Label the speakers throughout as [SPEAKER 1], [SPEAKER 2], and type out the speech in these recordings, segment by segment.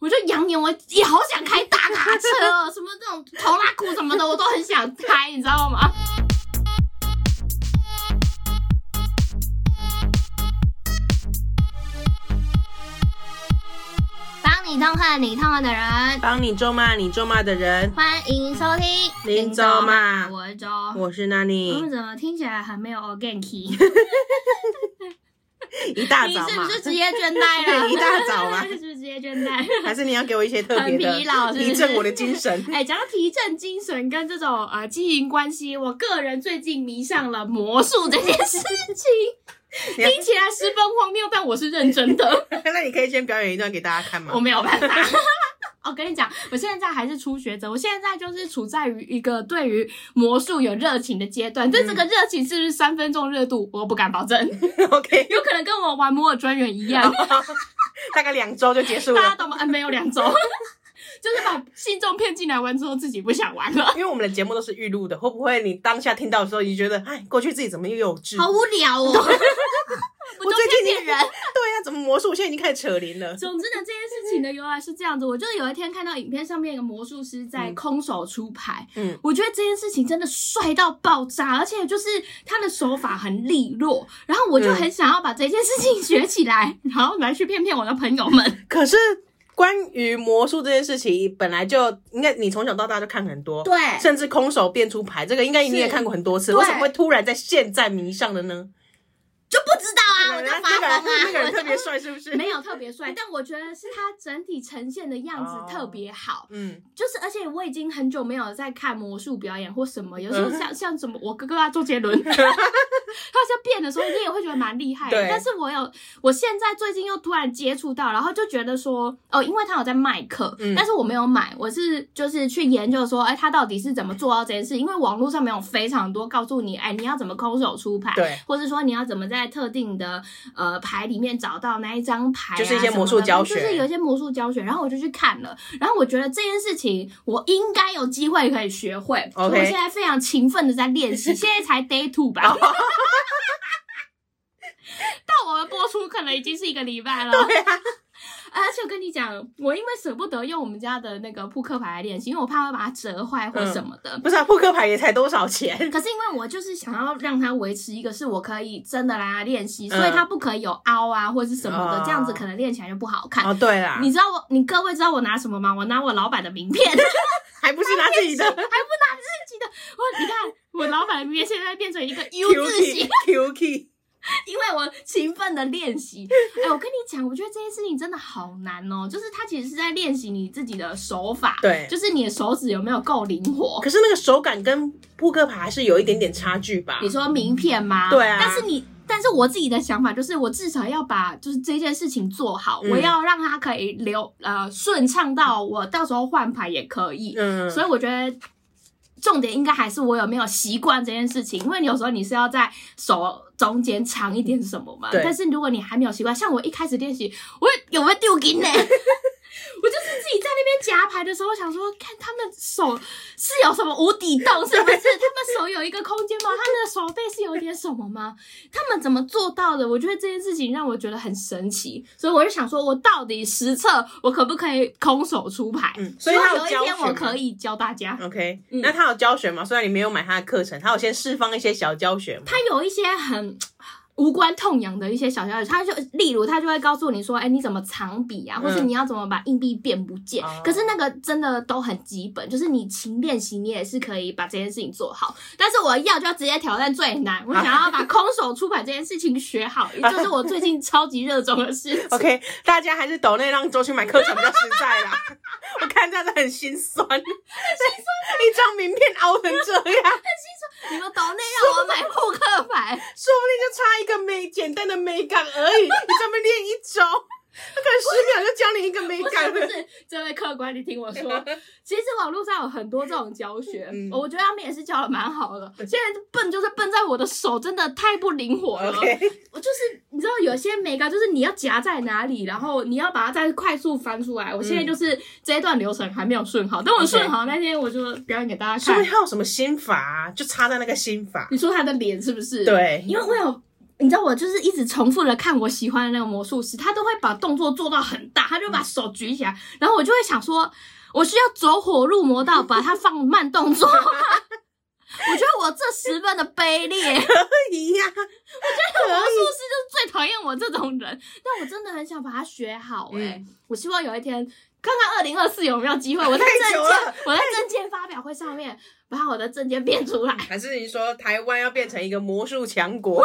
[SPEAKER 1] 我就扬言我也好想开大卡车，什么这种头拉裤什么的，我都很想开，你知道吗？ 帮你痛恨你痛恨的人，
[SPEAKER 2] 帮你咒骂你咒骂的人，
[SPEAKER 1] 欢迎收听
[SPEAKER 2] 林州骂
[SPEAKER 1] 我是周，
[SPEAKER 2] 我是
[SPEAKER 1] 我
[SPEAKER 2] Nani，
[SPEAKER 1] 们怎么听起来很 没有 organic？你
[SPEAKER 2] 一大早
[SPEAKER 1] 是
[SPEAKER 2] 嘛
[SPEAKER 1] 不，是职业倦怠 了？
[SPEAKER 2] 一大早嘛
[SPEAKER 1] 是不是职业倦怠？
[SPEAKER 2] 还是你要给我一些特别的
[SPEAKER 1] 很疲劳是不是
[SPEAKER 2] 提振我的精神？
[SPEAKER 1] 哎，讲到提振精神跟这种呃经营关系，我个人最近迷上了魔术这件事情，
[SPEAKER 2] 你要
[SPEAKER 1] 听起来十分荒谬，但我是认真的，
[SPEAKER 2] 那你可以先表演一段给大家看
[SPEAKER 1] 我
[SPEAKER 2] 吗？
[SPEAKER 1] 没有办法。 我跟你讲，我现在还是初学者，我现在就是处在于一个对于魔术有热情的阶段，但这个热情是不是三分钟热度，我不敢保证，
[SPEAKER 2] OK，
[SPEAKER 1] 有可能跟我玩摩尔庄园一 样，
[SPEAKER 2] 大概两周就结束
[SPEAKER 1] 大家
[SPEAKER 2] 了，
[SPEAKER 1] 懂吗？哎，没有两周， 就是把信众骗进来玩之后，自己不想玩了。
[SPEAKER 2] 因为我们的节目都是预录的，会不会你当下听到的时候，你就觉得哎，过去自己怎么又幼稚？
[SPEAKER 1] 好无聊哦，我
[SPEAKER 2] 我最
[SPEAKER 1] 就骗
[SPEAKER 2] 近
[SPEAKER 1] 骗人。
[SPEAKER 2] 对呀、怎么魔术我现在已经开始扯铃了？
[SPEAKER 1] 总之呢，这件事情的由来是这样子，我就是有一天看到影片上面一个魔术师在空手出牌，
[SPEAKER 2] 嗯
[SPEAKER 1] 我觉得这件事情真的帅到爆炸，而且就是他的手法很利落，然后我
[SPEAKER 2] 嗯
[SPEAKER 1] 就很想要把这件事情学起来，然后来去骗骗我的朋友们。
[SPEAKER 2] 可是关于魔术这件事情，本来就应该你从小到大就看很多，
[SPEAKER 1] 对
[SPEAKER 2] 甚至空手变出牌，这个应该你也
[SPEAKER 1] 是
[SPEAKER 2] 看过很多次，
[SPEAKER 1] 对
[SPEAKER 2] 为什么会突然在现在迷上了呢？
[SPEAKER 1] 就不知道啊，我就
[SPEAKER 2] 那
[SPEAKER 1] 发疯啊，
[SPEAKER 2] 那个人特别
[SPEAKER 1] 我
[SPEAKER 2] 帅，是不是
[SPEAKER 1] 就。？没有特别帅，但我觉得是他整体呈现的样
[SPEAKER 2] 哦
[SPEAKER 1] 子特别好，
[SPEAKER 2] 嗯，
[SPEAKER 1] 就是，而且我已经很久没有在看魔术表演或什么，有
[SPEAKER 2] 嗯
[SPEAKER 1] 时候像像什么，我哥哥啊，周杰 伦，他像变的时候，你也会觉得蛮厉害的
[SPEAKER 2] 对。
[SPEAKER 1] 但是我有，我现在最近又突然接触到，然后就觉得说，哦，因为他有在卖课，
[SPEAKER 2] 嗯
[SPEAKER 1] 但是我没有买，我是就是去研究说，哎，他到底是怎么做到这件事？因为网络上面有非常多告诉你，哎，你要怎么空手出牌，
[SPEAKER 2] 对，
[SPEAKER 1] 或是说你要怎么在特定的呃牌里面找到那一张牌、啊，
[SPEAKER 2] 就是一些
[SPEAKER 1] 什么的
[SPEAKER 2] 魔术教学
[SPEAKER 1] 就是有一些魔术教学。然后我就去看了，然后我觉得这件事情我应该有机会可以学会
[SPEAKER 2] OK
[SPEAKER 1] 所以我现在非常勤奋的在练 习，现在才 day two 吧。 到我们播出可能已经是一个礼拜了，
[SPEAKER 2] 对啊，
[SPEAKER 1] 而且我跟你讲，我因为舍不得用我们家的那个扑克牌来练习，因为我怕会把它折坏或什么的。
[SPEAKER 2] 不是啊，扑克牌也才多少钱？
[SPEAKER 1] 可是因为我就是想要让它维持一个是我可以真的来练习，
[SPEAKER 2] 嗯
[SPEAKER 1] 所以它不可以有凹啊或者是什么的，
[SPEAKER 2] 哦
[SPEAKER 1] 这样子可能练起来就不好看。
[SPEAKER 2] 哦，对啦，
[SPEAKER 1] 啊你知道我，你各位知道我拿什么吗？我拿我老板的名片， 还不
[SPEAKER 2] 还不是拿自己的
[SPEAKER 1] 拿自己的。我你看，我老板的名片现在变成一个 U
[SPEAKER 2] Q
[SPEAKER 1] 字形
[SPEAKER 2] key，Q key，
[SPEAKER 1] 因为我勤奋的练习。哎、我跟你讲，我觉得这件事情真的好难哦，就是它其实是在练习你自己的手法，
[SPEAKER 2] 对
[SPEAKER 1] 就是你的手指有没有够灵活。
[SPEAKER 2] 可是那个手感跟扑克牌还是有一点点差距吧
[SPEAKER 1] 你？说名片吗？
[SPEAKER 2] 对啊
[SPEAKER 1] 但是你，但是我自己的想法就是，我至少要把就是这件事情做好，
[SPEAKER 2] 嗯
[SPEAKER 1] 我要让它可以流呃顺畅到我到时候换牌也可以。
[SPEAKER 2] 嗯，
[SPEAKER 1] 所以我觉得。重点应该还是我有没有习惯这件事情，因为你有时候你是要在手中间藏一点什么嘛。
[SPEAKER 2] 对
[SPEAKER 1] 但是如果你还没有习惯，像我一开始练习，我有没有丢筋呢？ 我就是自己在那边夹牌的时候，我想说，看他们手是有什么无底洞，是不是？他们手有一个空间吗？他们的手背是有一点什么吗？ 他们怎么做到的？我觉得这件事情让我觉得很神奇，所以我就想说，我到底实测我可不可以空手出牌？
[SPEAKER 2] 嗯所以他有
[SPEAKER 1] 有一
[SPEAKER 2] 教
[SPEAKER 1] 天
[SPEAKER 2] 学吗
[SPEAKER 1] 我可以教大家。
[SPEAKER 2] OK，
[SPEAKER 1] 嗯
[SPEAKER 2] 那他有教学吗？虽然你没有买他的课程，他有先释放一些小教学吗？
[SPEAKER 1] 他有一些很无关痛痒的一些小消息，他就例如他就会告诉你说，哎、你怎么藏笔啊，
[SPEAKER 2] 嗯
[SPEAKER 1] 或是你要怎么把硬币变不见。
[SPEAKER 2] 哦
[SPEAKER 1] 可是那个真的都很基本，就是你勤练习，你也是可以把这件事情做好。但是我要就要直接挑战最难， 我想要把空手出版这件事情学好，也就是我最近超级热衷的事情。
[SPEAKER 2] OK，大家还是抖内让周去买课程比较实在啦。我看这样子很心酸，一张名片凹成这样，
[SPEAKER 1] 你们岛内让我买扑克牌，
[SPEAKER 2] 说不定就差一个美简单的美感而已。你专门练一周，他可能十秒就教你一个美
[SPEAKER 1] 不是
[SPEAKER 2] 感
[SPEAKER 1] 不
[SPEAKER 2] 了。
[SPEAKER 1] 是，这位客官，你听我 说，其实网络上有很多这种教学，
[SPEAKER 2] 嗯
[SPEAKER 1] 我觉得他们也是教的蛮好的。现在笨就是笨在我的手真的太不灵活了
[SPEAKER 2] OK，
[SPEAKER 1] 我就是你知道有些美感就是你要夹在哪里，然后你要把它再快速翻出
[SPEAKER 2] 嗯
[SPEAKER 1] 来。我现在就是这一段流程还没有顺好，等我
[SPEAKER 2] OK
[SPEAKER 1] 顺好那天我就表演给大 家
[SPEAKER 2] 说不
[SPEAKER 1] 看
[SPEAKER 2] 定。他有什么心法、啊，就差在那个心法。
[SPEAKER 1] 你说他的脸是不是？，
[SPEAKER 2] 对，
[SPEAKER 1] 嗯因为我有。你知道我就是一直重复的看我喜欢的那个魔术师，他都会把动作做到很大，他就
[SPEAKER 2] 嗯
[SPEAKER 1] 把手举起来，然后我就会想说，我需要走火入魔到把它放慢动作吗？ 我觉得我这十分的卑劣，
[SPEAKER 2] 可以呀、
[SPEAKER 1] 魔术师就是最讨厌我这种人，但我真的很想把它学好哎、
[SPEAKER 2] 嗯
[SPEAKER 1] 我希望有一天看看二零二四有没有机会，我在
[SPEAKER 2] 太
[SPEAKER 1] 证
[SPEAKER 2] 久了
[SPEAKER 1] 件我在证件发表会上面把我的证件变出来，
[SPEAKER 2] 还是你说台湾要变成一个魔术强国？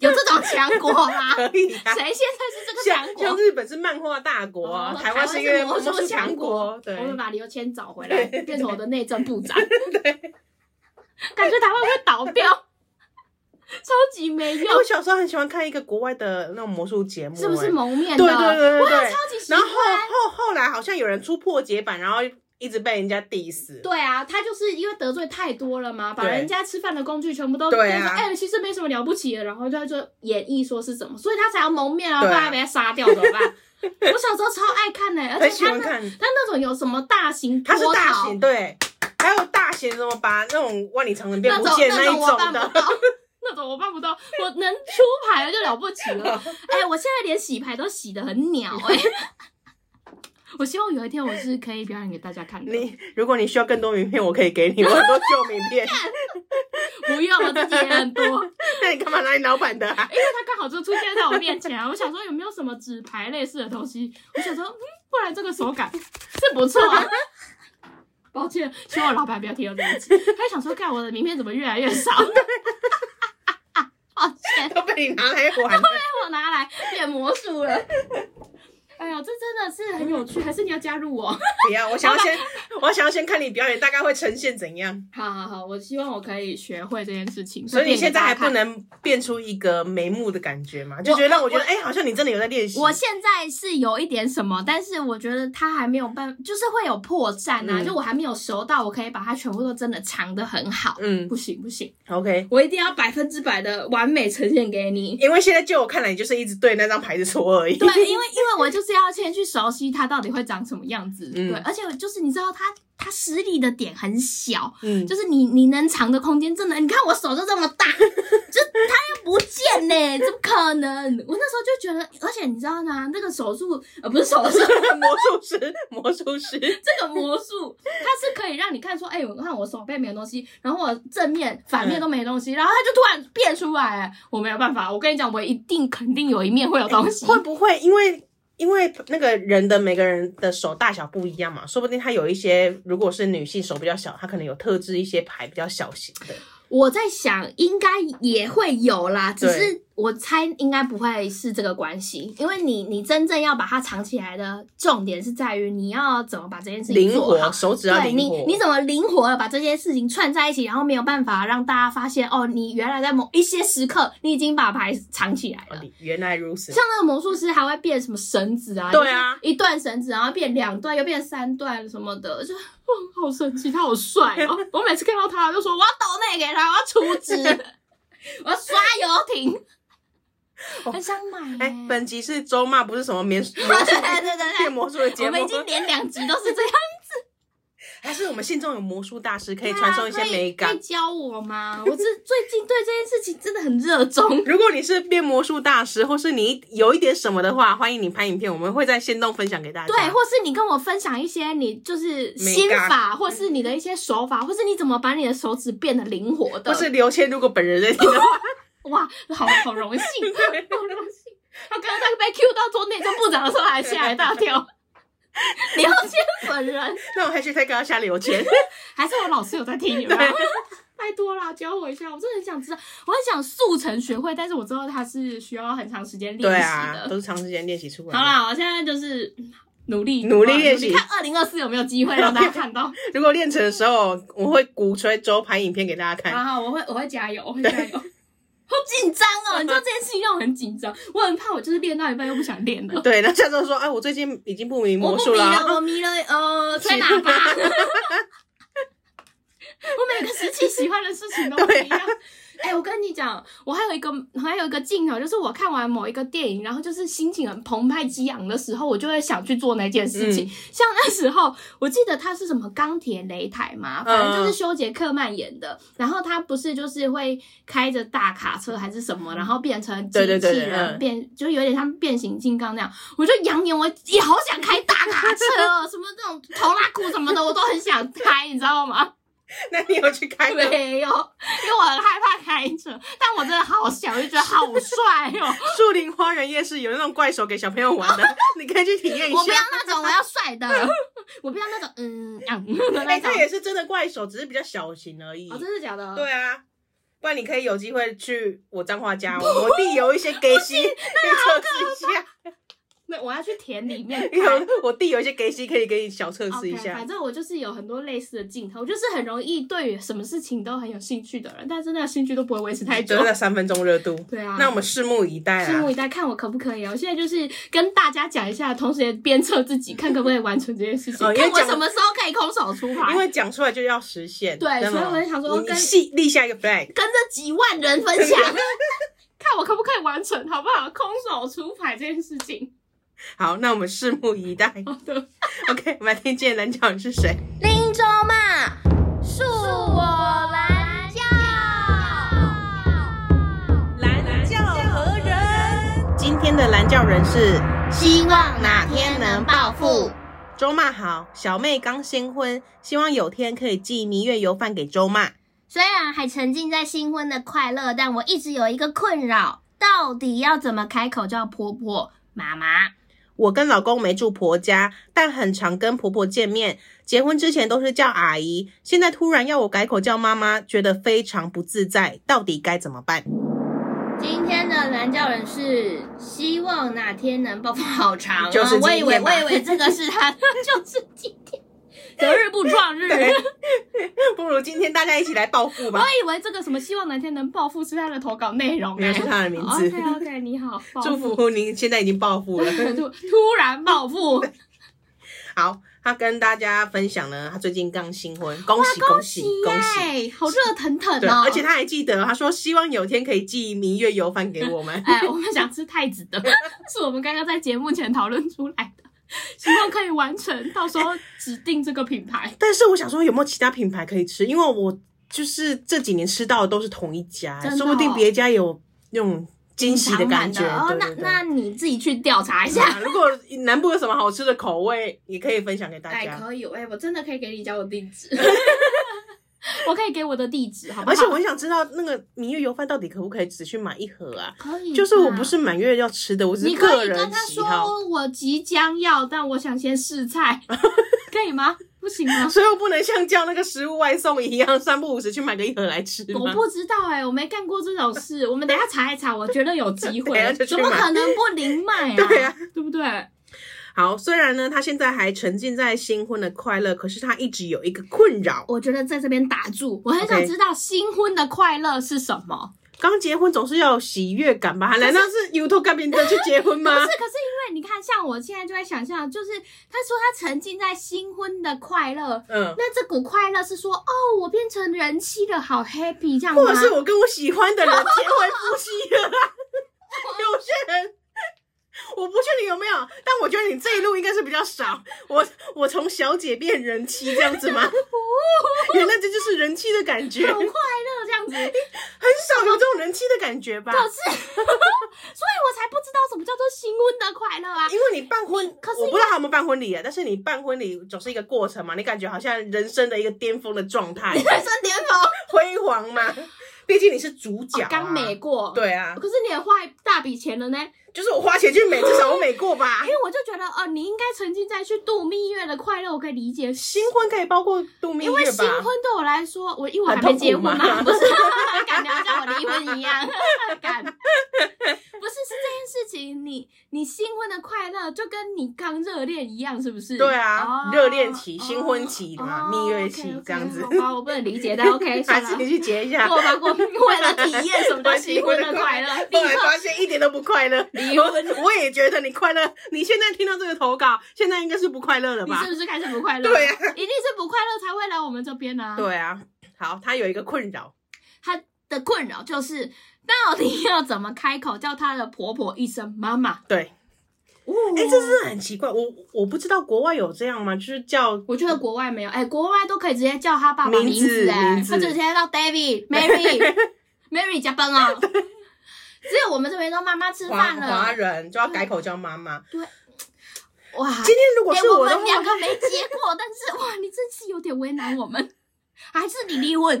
[SPEAKER 1] 有这种强国 吗？
[SPEAKER 2] 可以呀、
[SPEAKER 1] 谁现 在是这个强
[SPEAKER 2] 啊像
[SPEAKER 1] 国
[SPEAKER 2] 像？日本是漫画大国啊，
[SPEAKER 1] 哦
[SPEAKER 2] 台湾是一个魔术强国，对
[SPEAKER 1] 我，们把刘谦找回来，变成我的内政 部长。 感觉台湾会倒掉，超级没用
[SPEAKER 2] 因为，我小时候很喜欢看一个国外的那种魔术节目、
[SPEAKER 1] 是不是
[SPEAKER 2] 欸
[SPEAKER 1] 蒙面的？
[SPEAKER 2] 对对对对
[SPEAKER 1] 我也
[SPEAKER 2] 对
[SPEAKER 1] 超。级喜
[SPEAKER 2] 然
[SPEAKER 1] 欢
[SPEAKER 2] 后。后后来好像有人出破解版，然后一直被人家 diss。
[SPEAKER 1] 对啊，他就是因为得罪太多了嘛，把
[SPEAKER 2] 对
[SPEAKER 1] 人家吃饭的工具全部都
[SPEAKER 2] 对
[SPEAKER 1] 变
[SPEAKER 2] 啊
[SPEAKER 1] 成哎、其实没什么了不起的，然后他就演绎说是怎么，所以他才要蒙面啊，不
[SPEAKER 2] 对啊
[SPEAKER 1] 然被他杀掉怎么办？ 我小时候超爱看呢、而且
[SPEAKER 2] 很喜
[SPEAKER 1] 他
[SPEAKER 2] 欢
[SPEAKER 1] 那
[SPEAKER 2] 看，
[SPEAKER 1] 他那种有什么大型
[SPEAKER 2] 它是
[SPEAKER 1] 脱
[SPEAKER 2] 大
[SPEAKER 1] 逃
[SPEAKER 2] 型对，还有大型什么把那种万里长城变
[SPEAKER 1] 那
[SPEAKER 2] 不
[SPEAKER 1] 种
[SPEAKER 2] 见
[SPEAKER 1] 那
[SPEAKER 2] 一
[SPEAKER 1] 我办不
[SPEAKER 2] 种的，
[SPEAKER 1] 到， 那种我办不到，我能出牌了就了不起 了。哎、我现在连洗牌都洗得很鸟哎、 我希望有一天我是可以表演给大家看的。
[SPEAKER 2] 你如果你需要更多名片，我可以给你，我很多旧名片。
[SPEAKER 1] 不用，我自己也很多，因
[SPEAKER 2] 那你干嘛拿你老板的、啊？
[SPEAKER 1] 为他刚好就出现在我面前啊。我想说有没有什么纸牌类似的东西？我想说，嗯，不然这个手感 是不错、 啊。抱歉，希望我老板不要听到这一集。他想说，看我的名片怎么越来越 少。抱歉。
[SPEAKER 2] 都被你拿来 玩了。
[SPEAKER 1] 我拿来变魔术了。 哎呀，这真的是很有趣，还是你要加入我？
[SPEAKER 2] 不要，我想要先，我想要先看你表演大概会呈现怎样。
[SPEAKER 1] 好好好，我希望我可以学会这件事情。
[SPEAKER 2] 所以你现在还
[SPEAKER 1] 顺便给大家
[SPEAKER 2] 不
[SPEAKER 1] 看。
[SPEAKER 2] 能变出一个眉目的感觉嘛？就觉得让我觉得，哎、好像你真的有在练习。
[SPEAKER 1] 我现在是有一点什么，但是我觉得它还没有办，就是会有破绽啊，
[SPEAKER 2] 嗯
[SPEAKER 1] 就我还没有熟到我可以把它全部都真的藏得很好。
[SPEAKER 2] 嗯
[SPEAKER 1] 不行不行，
[SPEAKER 2] ，OK。
[SPEAKER 1] 我一定要百分之百的完美呈现给你。
[SPEAKER 2] 因为现在就我看来，你就是一直对那张牌子戳而已。
[SPEAKER 1] 对，因为因为我就是要先去熟悉它到底会长什么样子。
[SPEAKER 2] 嗯
[SPEAKER 1] 对，而且就是你知道它它失力的点很小，
[SPEAKER 2] 嗯，
[SPEAKER 1] 就是你你能藏的空间真的，你看我手就这么大， 就它又不见呢、怎么可能？我那时候就觉得，而且你知道吗？那个手术呃不是手术，
[SPEAKER 2] 魔术师，魔术师，
[SPEAKER 1] 这个魔术它是可以让你看说，哎、我看我手背没有东西，然后我正面反面都没东西，然后它就突然变出来，我没有办法，我跟你讲，我一定肯定有一面会有东西。
[SPEAKER 2] 会不会因为？因为那个人的每个人的手大小不一样嘛，说不定他有一些，如果是女性手比较小，她可能有特制一些牌比较小型的。
[SPEAKER 1] 我在想，应该也会有啦，只
[SPEAKER 2] 对
[SPEAKER 1] 是我猜应该不会是这个关系，因为你你真正要把它藏起来的重点是在于你要怎么把这件事情
[SPEAKER 2] 灵
[SPEAKER 1] 做
[SPEAKER 2] 活，
[SPEAKER 1] 好。
[SPEAKER 2] 手指要
[SPEAKER 1] 对
[SPEAKER 2] 灵
[SPEAKER 1] 你
[SPEAKER 2] 活。，
[SPEAKER 1] 你怎么灵活的把这些事情串在一起，然后没有办法让大家发现哦，你原来在某一些时刻，你已经把牌藏起来
[SPEAKER 2] 哦
[SPEAKER 1] 了。
[SPEAKER 2] 你原来如此。
[SPEAKER 1] 像那个魔术师还会变什么绳子啊？
[SPEAKER 2] 对啊，
[SPEAKER 1] 一段绳子，然后变两段，又变三段什么的，就好神奇，他好帅 哦！我每次看到他，我就说我要抖那给他，我要出资，我要刷游艇，
[SPEAKER 2] 哦
[SPEAKER 1] 很想买
[SPEAKER 2] 哎、
[SPEAKER 1] 耶。
[SPEAKER 2] 本集是周骂，不是什么 魔术
[SPEAKER 1] 对对对对
[SPEAKER 2] 变魔术的节
[SPEAKER 1] 我
[SPEAKER 2] 目
[SPEAKER 1] 们已，经连两集都是这样，
[SPEAKER 2] 还是我们信众有魔术大师可
[SPEAKER 1] 对
[SPEAKER 2] 以
[SPEAKER 1] 啊
[SPEAKER 2] 传授一些
[SPEAKER 1] 可以
[SPEAKER 2] 美
[SPEAKER 1] 可
[SPEAKER 2] 感
[SPEAKER 1] 以。教我吗？我这最近对这件事情真的很热衷。
[SPEAKER 2] 如果你是变魔术大师，或是你有一点什么的话，欢迎你拍影片，我们会在线动分享给大家。
[SPEAKER 1] 对，或是你跟我分享一些你就是心法，或是你的一些手法，或是你怎么把你的手指变得灵活的，
[SPEAKER 2] 或是刘谦，如果本人在听 的话，
[SPEAKER 1] 哇，好好荣 幸，好荣幸！他刚刚被 Q 到做内政部长的时候，还吓一大跳。 你要见本人，
[SPEAKER 2] 那我还是再跟他下刘谦。
[SPEAKER 1] 还是我老师有在听你们？拜托啦，教我一下，我真的很想知道，我很想速成学会，但是我知道他是需要很长时间练
[SPEAKER 2] 对
[SPEAKER 1] 习
[SPEAKER 2] 啊，
[SPEAKER 1] 的。
[SPEAKER 2] 都是长时间练习出来。
[SPEAKER 1] 好，啦，我现在就是啊努力
[SPEAKER 2] 努力练习
[SPEAKER 1] 努看二零二四有没有机会让大家看到。
[SPEAKER 2] 如果练成的时候，我会鼓吹周拍影片给大家看。
[SPEAKER 1] 好好，我会我会加油，我会加油。 好紧张哦，你知道这件事情让我很紧张，我很怕我就是练到一半又不想练了。
[SPEAKER 2] 对，那下周说，哎，我最近已经不迷
[SPEAKER 1] 我
[SPEAKER 2] 魔
[SPEAKER 1] 不
[SPEAKER 2] 术
[SPEAKER 1] 迷
[SPEAKER 2] 啦。
[SPEAKER 1] 了，我迷了，呃，吹喇叭。
[SPEAKER 2] 啊
[SPEAKER 1] 我每个时期喜欢的事情都不一样。哎、我跟你讲，我还有一个还有一个镜头，就是我看完某一个电影，然后就是心情很澎湃激昂的时候，我就会想去做那件事
[SPEAKER 2] 嗯
[SPEAKER 1] 情。像那时候，我记得他是什么钢铁擂台嘛，反正
[SPEAKER 2] 嗯
[SPEAKER 1] 就是修杰克曼演的。然后他不是就是会开着大卡车还是什么，然后变成机器
[SPEAKER 2] 对对
[SPEAKER 1] 人，
[SPEAKER 2] 对对嗯
[SPEAKER 1] 变就有点像变形金刚那样。我就扬言我也好想开大卡车哦，什么这种头拉骨什么的，我都很想开，你知道吗？
[SPEAKER 2] 那你有去 开吗？
[SPEAKER 1] 没有，因为我很害怕开车，但我真的好小，我就觉得好帅哦！
[SPEAKER 2] 树林花园夜市有那种怪手给小朋友玩 的， 你可以去体验一
[SPEAKER 1] 我不
[SPEAKER 2] 下
[SPEAKER 1] 要。那种，我要帅 的，我不要那种嗯啊嗯的那
[SPEAKER 2] 哎、它
[SPEAKER 1] 种。
[SPEAKER 2] 也是真的怪手，只是比较小型而已。
[SPEAKER 1] 哦，真的假的？，
[SPEAKER 2] 对啊，不然你可以有机会去我彰化家，我弟有一些 gay 戏，可以测试一下。
[SPEAKER 1] 那我要去田里面
[SPEAKER 2] 因为
[SPEAKER 1] 看。
[SPEAKER 2] 我我弟 有一些 gay 戏，可以给你小测试
[SPEAKER 1] OK，
[SPEAKER 2] 一下。
[SPEAKER 1] 反正我就是有很多类似的镜头，我就是很容易对于什么事情都很有兴趣的人，但是那个兴趣都不会维持太久
[SPEAKER 2] 就。在三分钟热度。
[SPEAKER 1] 对啊，
[SPEAKER 2] 那我们拭目以待
[SPEAKER 1] 拭
[SPEAKER 2] 啊
[SPEAKER 1] 目！以待，看我可不可以啊！我现在就是跟大家讲一下，同时也鞭策自己，看可不可以完成这件事情，
[SPEAKER 2] 哦因为
[SPEAKER 1] 看我
[SPEAKER 2] 讲
[SPEAKER 1] 什么时候可以空手出牌
[SPEAKER 2] 因。为讲出来就要实现，
[SPEAKER 1] 对
[SPEAKER 2] 那
[SPEAKER 1] 所
[SPEAKER 2] 么
[SPEAKER 1] 以我就想说
[SPEAKER 2] 你你
[SPEAKER 1] 跟
[SPEAKER 2] 细立下一个 flag，
[SPEAKER 1] 跟这几万人分享，看我可不可以完成，好不好？空手出牌这件事情。
[SPEAKER 2] 好，那我们拭目以待。
[SPEAKER 1] 好的，
[SPEAKER 2] OK，我们来听今天的男角是谁？
[SPEAKER 3] 林州嘛，恕我蓝教。
[SPEAKER 2] 蓝教何人？今天的蓝教人是
[SPEAKER 3] 希望
[SPEAKER 2] 哪天能暴富？周妈好，小妹刚新婚，希望有天可以寄蜜月油饭给周妈。
[SPEAKER 3] 虽然还沉浸在新婚的快乐，但我一直有一个困扰，到底要怎么开口叫婆婆、妈妈？
[SPEAKER 2] 我跟老公没住婆家，但很常跟婆婆见面。结婚之前都是叫阿姨，现在突然要我改口叫妈妈，觉得非常不自在，到底该怎么办？
[SPEAKER 3] 今天的蓝教人是希望哪天能暴富，好长啊！
[SPEAKER 2] 就是今
[SPEAKER 3] 我以
[SPEAKER 2] 天
[SPEAKER 3] 为
[SPEAKER 2] 吧
[SPEAKER 3] 我以为这个是他，就是今天
[SPEAKER 1] 择日不撞日。
[SPEAKER 2] 对
[SPEAKER 1] 我，
[SPEAKER 2] 不如今天大家一起来暴富吧。
[SPEAKER 1] 以为这个什么希望哪天能暴富是他的投稿内容、
[SPEAKER 2] 没有是他的
[SPEAKER 3] 哦
[SPEAKER 2] 名字
[SPEAKER 3] 啊
[SPEAKER 1] OK OK，你好，暴
[SPEAKER 2] 啊 祝
[SPEAKER 1] 富。
[SPEAKER 2] 福您现在已经暴富了。
[SPEAKER 1] 突突然暴富，
[SPEAKER 2] 好，他跟大家分享呢，他最近刚新婚，恭喜 恭喜恭喜！
[SPEAKER 1] 喜，好热腾腾
[SPEAKER 2] 对，
[SPEAKER 1] 哦！。
[SPEAKER 2] 而且他还记得，他说希望有天可以寄明月油饭给我们
[SPEAKER 1] 哎，我们想吃太子的， 是我们刚刚在节目前讨论出来的，希望可以完成，到时候指定这个品 牌。
[SPEAKER 2] 但是我想说，有没有其他品牌可以吃？因为我就是这几年吃到的都是同一家，
[SPEAKER 1] 真的哦
[SPEAKER 2] 说不定别家有那种惊喜的感觉。
[SPEAKER 1] 常满的哦，
[SPEAKER 2] 对对对
[SPEAKER 1] 那那你自己去调查一
[SPEAKER 2] 啊
[SPEAKER 1] 下。
[SPEAKER 2] 如果南部有什么好吃的口味，也可以分享给大
[SPEAKER 1] 哎，
[SPEAKER 2] 家。
[SPEAKER 1] 可以，哎，我真的可以给你交我地址， 我可以给我的地址，好不好？
[SPEAKER 2] 而且我很想知道那个明月油饭到底可不可以只去买一盒啊？
[SPEAKER 1] 可以，
[SPEAKER 2] 就是我不。是满月要吃的，我
[SPEAKER 1] 嗯
[SPEAKER 2] 只
[SPEAKER 1] 你
[SPEAKER 2] 是
[SPEAKER 1] 可
[SPEAKER 2] 个
[SPEAKER 1] 以跟
[SPEAKER 2] 人
[SPEAKER 1] 他
[SPEAKER 2] 喜好，
[SPEAKER 1] 说我即将要，但我想先试 菜，可以吗？不行吗？
[SPEAKER 2] 所以我不能像叫那个食物外送一样，三不五时去买个一盒来吃吗？
[SPEAKER 1] 我不知道哎、我没干过这种事。我们等一下查一查，我觉得有机
[SPEAKER 2] 等一下
[SPEAKER 1] 会，
[SPEAKER 2] 就去
[SPEAKER 1] 怎么
[SPEAKER 2] 买
[SPEAKER 1] 可能不 灵脉啊？
[SPEAKER 2] 对啊
[SPEAKER 1] 对不对？
[SPEAKER 2] 好，虽然呢，她现在还沉浸在新婚的快乐，可是她一直有一个困扰。
[SPEAKER 1] 我觉得在这边打住，我很想
[SPEAKER 2] OK
[SPEAKER 1] 知道新婚的快乐是什么。
[SPEAKER 2] 刚结婚总是要有喜悦感吧？难道是 YouTube 干别人去结婚
[SPEAKER 1] 不
[SPEAKER 2] 吗
[SPEAKER 1] 是，？可是因为你看，像我现在就在想象，就是他说他沉浸在新婚的快乐，
[SPEAKER 2] 嗯，
[SPEAKER 1] 那这股快乐是说，哦，我变成人妻了，好 happy 这样吗？
[SPEAKER 2] 或者是我跟我喜欢的人结为夫妻了、啊？有些人。我不确定有没有，但我觉得你这一路应该是比较少。我我从小姐变人妻这样子吗？原来这就是人妻的感觉，
[SPEAKER 1] 好快
[SPEAKER 2] 很
[SPEAKER 1] 乐这样 子，可
[SPEAKER 2] 少有这种人妻的感觉吧？
[SPEAKER 1] 是， 所以我才不知道什么叫做新婚的快乐啊。
[SPEAKER 2] 因为你办婚，
[SPEAKER 1] 可是
[SPEAKER 2] 我不知道他们办婚礼啊，但是你办婚礼总是一个过程嘛，你感觉好像人生的一个巅峰的状态，
[SPEAKER 1] 人生巅峰
[SPEAKER 2] 辉煌嘛，毕竟你是主角、啊，
[SPEAKER 1] 哦刚美过，。
[SPEAKER 2] 对啊，
[SPEAKER 1] 可是你也花一大笔钱了呢，
[SPEAKER 2] 就是我花钱去美，至少我美过吧
[SPEAKER 1] 因。为我就觉得，哦、你应该沉浸在去度蜜月的快乐，我可以理解。
[SPEAKER 2] 新婚可以包括度蜜
[SPEAKER 1] 因为
[SPEAKER 2] 月
[SPEAKER 1] 新婚
[SPEAKER 2] 吧？
[SPEAKER 1] 对我来说，我因为我还
[SPEAKER 2] 很痛
[SPEAKER 1] 没
[SPEAKER 2] 苦
[SPEAKER 1] 结婚嘛，
[SPEAKER 2] 吗
[SPEAKER 1] 不是， 感觉好像我离婚一样， 感不是是这件事情，你你新婚的快乐就跟你刚热恋一样，是不是？
[SPEAKER 2] 对啊
[SPEAKER 1] 哦
[SPEAKER 2] 热恋期新婚期嘛
[SPEAKER 1] 哦
[SPEAKER 2] 蜜月期
[SPEAKER 1] OK，OK，
[SPEAKER 2] 这样子
[SPEAKER 1] 好吧，我不能理解， 但 OK，
[SPEAKER 2] 还
[SPEAKER 1] 算
[SPEAKER 2] 是
[SPEAKER 1] 了
[SPEAKER 2] 你。去结一下？
[SPEAKER 1] 过吧过吧， 为了体验什么 叫新婚的快乐，立
[SPEAKER 2] 后来
[SPEAKER 1] 刻
[SPEAKER 2] 发现一点都不快乐，
[SPEAKER 1] 离婚
[SPEAKER 2] 我我也觉得你快乐。你现在听到这个投稿，现在应该是不快乐了
[SPEAKER 1] 你
[SPEAKER 2] 吧？
[SPEAKER 1] 是不是开始不快乐？
[SPEAKER 2] 对啊
[SPEAKER 1] 一定是不快乐才会来我们这边啊。
[SPEAKER 2] 对啊，好，他有一个困扰，
[SPEAKER 1] 他的困扰就是，到底要怎么开口叫她的婆婆一声妈妈？
[SPEAKER 2] 对，
[SPEAKER 1] 哦，
[SPEAKER 2] 哎、这是很奇怪，我我不知道国外有这样吗？就是叫
[SPEAKER 1] 我觉得国外没有，哎、国外都可以直接叫他爸爸
[SPEAKER 2] 名字
[SPEAKER 1] 字，哎
[SPEAKER 2] 名，字
[SPEAKER 1] 他直接到 David、Mary、Mary 加班啊。只有我们这边都妈妈吃
[SPEAKER 2] 华
[SPEAKER 1] 饭
[SPEAKER 2] 华
[SPEAKER 1] 了，
[SPEAKER 2] 人，就要改口叫妈妈。
[SPEAKER 1] 哇！
[SPEAKER 2] 今天如果
[SPEAKER 1] 哎
[SPEAKER 2] 是
[SPEAKER 1] 我
[SPEAKER 2] 的
[SPEAKER 1] 们两
[SPEAKER 2] 话，
[SPEAKER 1] 个没结果，但是哇，你真是有点为难我们，还是你离婚，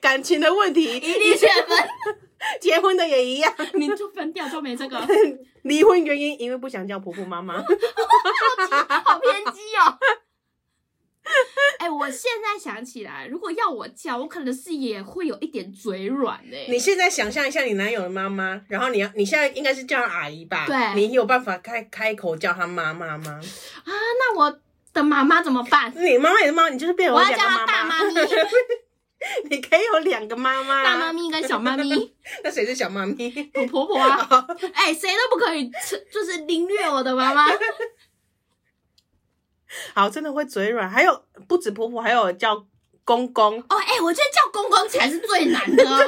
[SPEAKER 2] 感情的问题，
[SPEAKER 1] 一定选 分，嗯
[SPEAKER 2] 结婚的也一样，
[SPEAKER 1] 你就分掉就没这个，
[SPEAKER 2] 离婚原因因为不想叫婆婆妈妈。
[SPEAKER 1] 嗯 好偏激哦。 哎、我现在想起来，如果要我叫，我可能是也会有一点嘴软哎、
[SPEAKER 2] 你现在想象一下你男友的妈妈，然后你要你现在应该是叫她阿姨吧？
[SPEAKER 1] 对
[SPEAKER 2] 你有办法开开口叫她妈妈吗？
[SPEAKER 1] 啊，那我的妈妈怎么 办？
[SPEAKER 2] 你妈妈也是妈妈，你就是变成
[SPEAKER 1] 我要
[SPEAKER 2] 两
[SPEAKER 1] 叫
[SPEAKER 2] 个
[SPEAKER 1] 她
[SPEAKER 2] 妈
[SPEAKER 1] 大妈咪。
[SPEAKER 2] 你可以有两个妈妈。
[SPEAKER 1] 大妈，咪跟小妈咪，
[SPEAKER 2] 那谁是小妈咪？
[SPEAKER 1] 我婆婆啊，哎、谁都不可以吃，就是凌虐我的妈妈。 哦
[SPEAKER 2] 好，真的会嘴软。还有不止婆婆，还有叫公公。
[SPEAKER 1] 哦，哎、我觉得叫公公才是最难的 哦。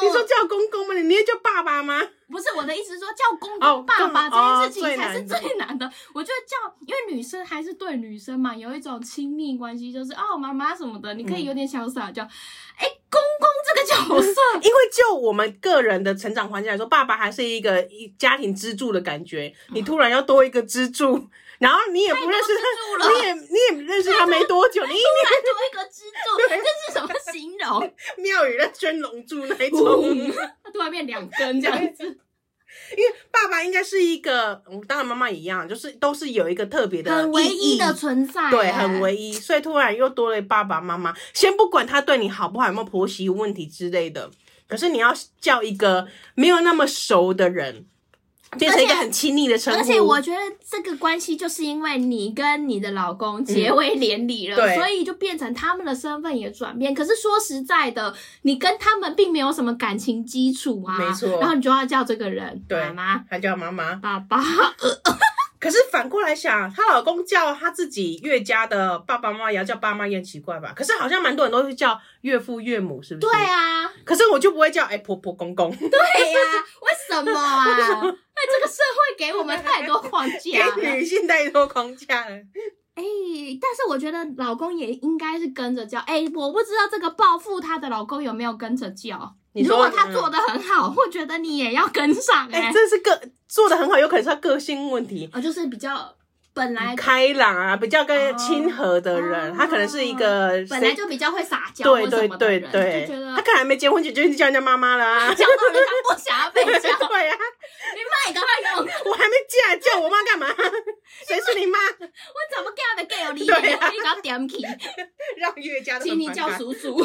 [SPEAKER 2] 你说
[SPEAKER 1] 嗯
[SPEAKER 2] 叫公公吗？你你也叫爸爸吗？
[SPEAKER 1] 不是我的意思是说叫公
[SPEAKER 2] 哦
[SPEAKER 1] 公爸爸
[SPEAKER 2] 公哦
[SPEAKER 1] 这件事情才是
[SPEAKER 2] 最难的
[SPEAKER 1] 最难的。我觉得叫，因为女生还是对女生嘛，有一种亲密关系，就是哦妈妈什么的，你可以有点潇洒叫。
[SPEAKER 2] 嗯
[SPEAKER 1] 哎、公公这个角色，
[SPEAKER 2] 因为就我们个人的成长环境来说，爸爸还是一个一家庭支柱的感觉。你突然要多一个支柱，然后你也 不认识
[SPEAKER 1] 嗯太
[SPEAKER 2] 他，
[SPEAKER 1] 多支柱了
[SPEAKER 2] 你也你也认识他没多久，你一
[SPEAKER 1] 还多一个支 柱，这是什么形容？
[SPEAKER 2] 庙宇在圈龙柱那一种。
[SPEAKER 1] 嗯，它突然变两根这样子，
[SPEAKER 2] 因为爸爸应该是一个，嗯当然妈妈也一样，就是都是有一个特别的
[SPEAKER 3] 很唯
[SPEAKER 2] 意
[SPEAKER 3] 一
[SPEAKER 2] 义
[SPEAKER 3] 的存在，
[SPEAKER 2] 对，
[SPEAKER 1] 啊
[SPEAKER 2] 很。唯一，所以突然又多了爸爸妈妈。先不管他对你好不好，有没有婆媳问题之类的，可是你要叫一个没有那么熟的人，变成一个很亲密的称呼。
[SPEAKER 3] 而且我觉得
[SPEAKER 1] 这个关系就是因为你跟你的老公结为连理了，
[SPEAKER 2] 对
[SPEAKER 1] 所以就变成他们的身份也转变。可是说实在的，你跟他们并没有什么感情基础啊，
[SPEAKER 2] 没错
[SPEAKER 1] 然后你就要叫这个人
[SPEAKER 2] 对
[SPEAKER 1] 妈妈、
[SPEAKER 2] 还叫妈妈，
[SPEAKER 1] 爸 爸，
[SPEAKER 2] 可是反过来想，她老公叫她自己岳家的爸爸妈妈，也要叫爸妈，也很奇怪吧？可是好像蛮多人都会叫岳父岳母，是不是？
[SPEAKER 1] 对。啊，
[SPEAKER 2] 可是我就不会叫哎、婆婆公公，
[SPEAKER 1] 对呀、为什么啊？哎，这个社会给我们太多框
[SPEAKER 2] 给
[SPEAKER 1] 架 了。
[SPEAKER 2] 女性太多框架了。
[SPEAKER 1] 哎、但是我觉得老公也应该是跟着叫。哎、我不知道这个报复她的老公有没有跟着叫。
[SPEAKER 2] 你
[SPEAKER 1] 如
[SPEAKER 2] 说
[SPEAKER 1] 果
[SPEAKER 2] 嗯
[SPEAKER 1] 他做的很好，我觉得你也要跟上哎、
[SPEAKER 2] 哎、这是个做的很好，有可能是他个性问题。
[SPEAKER 1] 啊，就是比较本来
[SPEAKER 2] 开朗啊，比较跟
[SPEAKER 1] 哦
[SPEAKER 2] 亲和的人，
[SPEAKER 1] 哦
[SPEAKER 2] 他可能是一个
[SPEAKER 1] 本来
[SPEAKER 2] 谁
[SPEAKER 1] 就比较会撒娇或
[SPEAKER 2] 对
[SPEAKER 1] 什
[SPEAKER 2] 对
[SPEAKER 1] 么的
[SPEAKER 2] 对
[SPEAKER 1] 人，就
[SPEAKER 2] 对
[SPEAKER 1] 觉，得
[SPEAKER 2] 他可能还没结婚就就已经叫人家妈妈了啊。
[SPEAKER 1] 叫到人家不想要被
[SPEAKER 2] 对
[SPEAKER 1] 叫，你
[SPEAKER 2] 呀、
[SPEAKER 1] 骂也赶快 用，
[SPEAKER 2] 我还没嫁，叫我妈 干嘛？谁是你妈？
[SPEAKER 1] 我怎么叫的 gay 有理
[SPEAKER 2] 对
[SPEAKER 1] 你
[SPEAKER 2] 啊
[SPEAKER 1] 啊，你搞点起，
[SPEAKER 2] 让岳家都
[SPEAKER 1] 请
[SPEAKER 2] 很
[SPEAKER 1] 你
[SPEAKER 2] 反
[SPEAKER 1] 叫
[SPEAKER 2] 感。
[SPEAKER 1] 叔叔，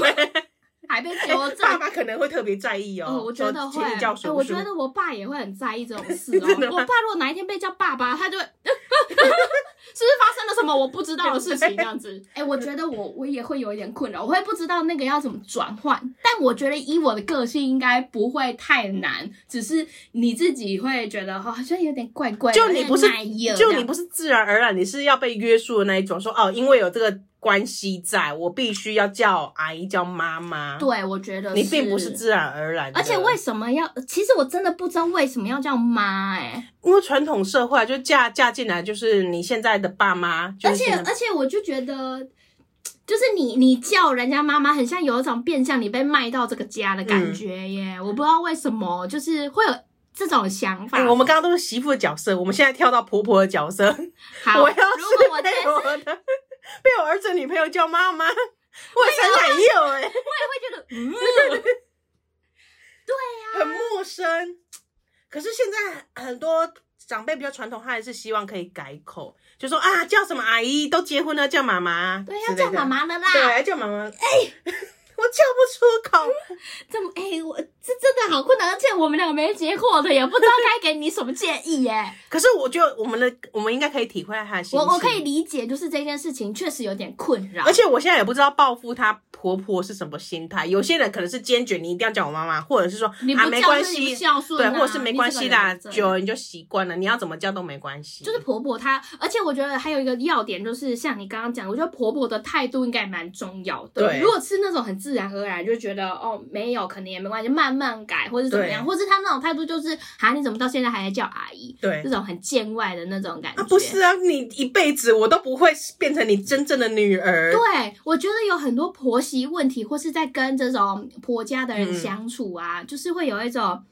[SPEAKER 1] 还被纠
[SPEAKER 2] 哎爸
[SPEAKER 1] 正。
[SPEAKER 2] 爸可能会特别在意
[SPEAKER 1] 哦，
[SPEAKER 2] 哦，
[SPEAKER 1] 我觉得
[SPEAKER 2] 说
[SPEAKER 1] 会，
[SPEAKER 2] 请你叫叔叔。
[SPEAKER 1] 哎我觉得我爸也会很在意这 种事哦。
[SPEAKER 2] 真的吗
[SPEAKER 1] 我爸如果哪一天被叫爸爸，他就会 是不是发生了什么我不知道的事情这样子？ 哎、我觉得我我也会有一点困扰，我会不知道那个要怎么转换。但我觉得以我的个性，应该不会太难，只是你自己会觉得哦好像有点怪怪的，
[SPEAKER 2] 就你不是
[SPEAKER 1] 有点奶油
[SPEAKER 2] 就
[SPEAKER 1] 这
[SPEAKER 2] 你
[SPEAKER 1] 样
[SPEAKER 2] 不是自然而然，你是要被约束的那一种，说哦，因为有这个关系在，我必须要叫阿姨叫妈妈。
[SPEAKER 1] 对，我觉得
[SPEAKER 2] 你并不是。自然而然的，
[SPEAKER 1] 而且为什么要？其实我真的不知道为什么要叫妈哎、
[SPEAKER 2] 因为传统社会啊就嫁嫁进来就是你现在的爸妈，就
[SPEAKER 1] 而
[SPEAKER 2] 是
[SPEAKER 1] 且
[SPEAKER 2] 现在
[SPEAKER 1] 而且我就觉得，就是你你叫人家妈妈，很像有一种变相你被卖到这个家的
[SPEAKER 2] 嗯
[SPEAKER 1] 感觉耶。我不知道为什么，就是会有这种想法。
[SPEAKER 2] 哎我们刚刚都是媳妇的角色，我们现在跳到婆婆的角 色。
[SPEAKER 1] 好，
[SPEAKER 2] 我要
[SPEAKER 1] 如果
[SPEAKER 2] 是
[SPEAKER 1] 我真
[SPEAKER 2] 被
[SPEAKER 1] 是
[SPEAKER 2] 我的 被我儿子女朋友叫妈妈，我很难
[SPEAKER 1] 啊
[SPEAKER 2] 有哎，
[SPEAKER 1] 会觉得， 嗯，
[SPEAKER 2] 很陌生。可是现在很多长辈比较传统，他还是希望可以改口，就说啊叫什么阿姨，都结婚了叫妈妈，
[SPEAKER 1] 对，要叫妈，妈了啦。
[SPEAKER 2] 对，叫妈妈，哎， 我叫不出口。
[SPEAKER 1] 这么，哎、我这真的好困难，而且我们两个没结过的，也不知道该给你什么建议 耶。
[SPEAKER 2] 可是我觉得我们的我们应该可以体会他的心
[SPEAKER 1] 我
[SPEAKER 2] 情，
[SPEAKER 1] 我可以理解，就是这件事情确实有点困扰
[SPEAKER 2] 而。且我现在也不知道报复她婆婆是什么心态。有些人可能是坚决，你一定要叫我妈妈，或者是说
[SPEAKER 1] 你
[SPEAKER 2] 啊
[SPEAKER 1] 不
[SPEAKER 2] 没
[SPEAKER 1] 叫
[SPEAKER 2] 关
[SPEAKER 1] 就是你不
[SPEAKER 2] 系，
[SPEAKER 1] 孝顺、
[SPEAKER 2] 对，
[SPEAKER 1] 啊，
[SPEAKER 2] 或者是没
[SPEAKER 1] 你
[SPEAKER 2] 关
[SPEAKER 1] 这个
[SPEAKER 2] 系
[SPEAKER 1] 人
[SPEAKER 2] 啦，
[SPEAKER 1] 就这样
[SPEAKER 2] 久了你就习惯了，你要怎么叫都没关系。
[SPEAKER 1] 就是婆婆她，而且我觉得还有一个要点就是，像你刚刚讲，我觉得婆婆的态度应该蛮重要的。
[SPEAKER 2] 对
[SPEAKER 1] 如果是那种很自自然而然就觉得哦，没有，可能也没关系，慢慢改或者怎么样，
[SPEAKER 2] 对
[SPEAKER 1] 或是他那种态度就是，啊，你怎么到现在还在叫阿姨？
[SPEAKER 2] 对
[SPEAKER 1] 这种很见外的那种感觉。
[SPEAKER 2] 啊，不是啊，你一辈子我都不会变成你真正的女儿。
[SPEAKER 1] 对，我觉得有很多婆媳问题，或是在跟这种婆家的人
[SPEAKER 2] 嗯
[SPEAKER 1] 相处啊，就是会有一种，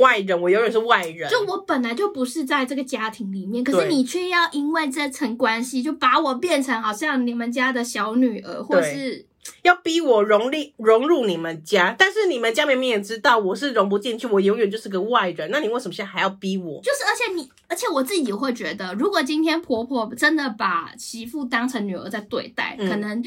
[SPEAKER 2] 外人，我永远是外人。
[SPEAKER 1] 就我本来就不是在这个家庭里面，可是
[SPEAKER 2] 对
[SPEAKER 1] 你却要因为这层关系，就把我变成好像你们家的小女儿，或
[SPEAKER 2] 对
[SPEAKER 1] 是
[SPEAKER 2] 要逼我融入融入你们家，但是你们家明明也知道我是融不进去，我永远就是个外人。那你为什么现在还要逼我？
[SPEAKER 1] 就是，而且你，而且我自己会觉得，如果今天婆婆真的把媳妇当成女儿在对待，
[SPEAKER 2] 嗯
[SPEAKER 1] 可能。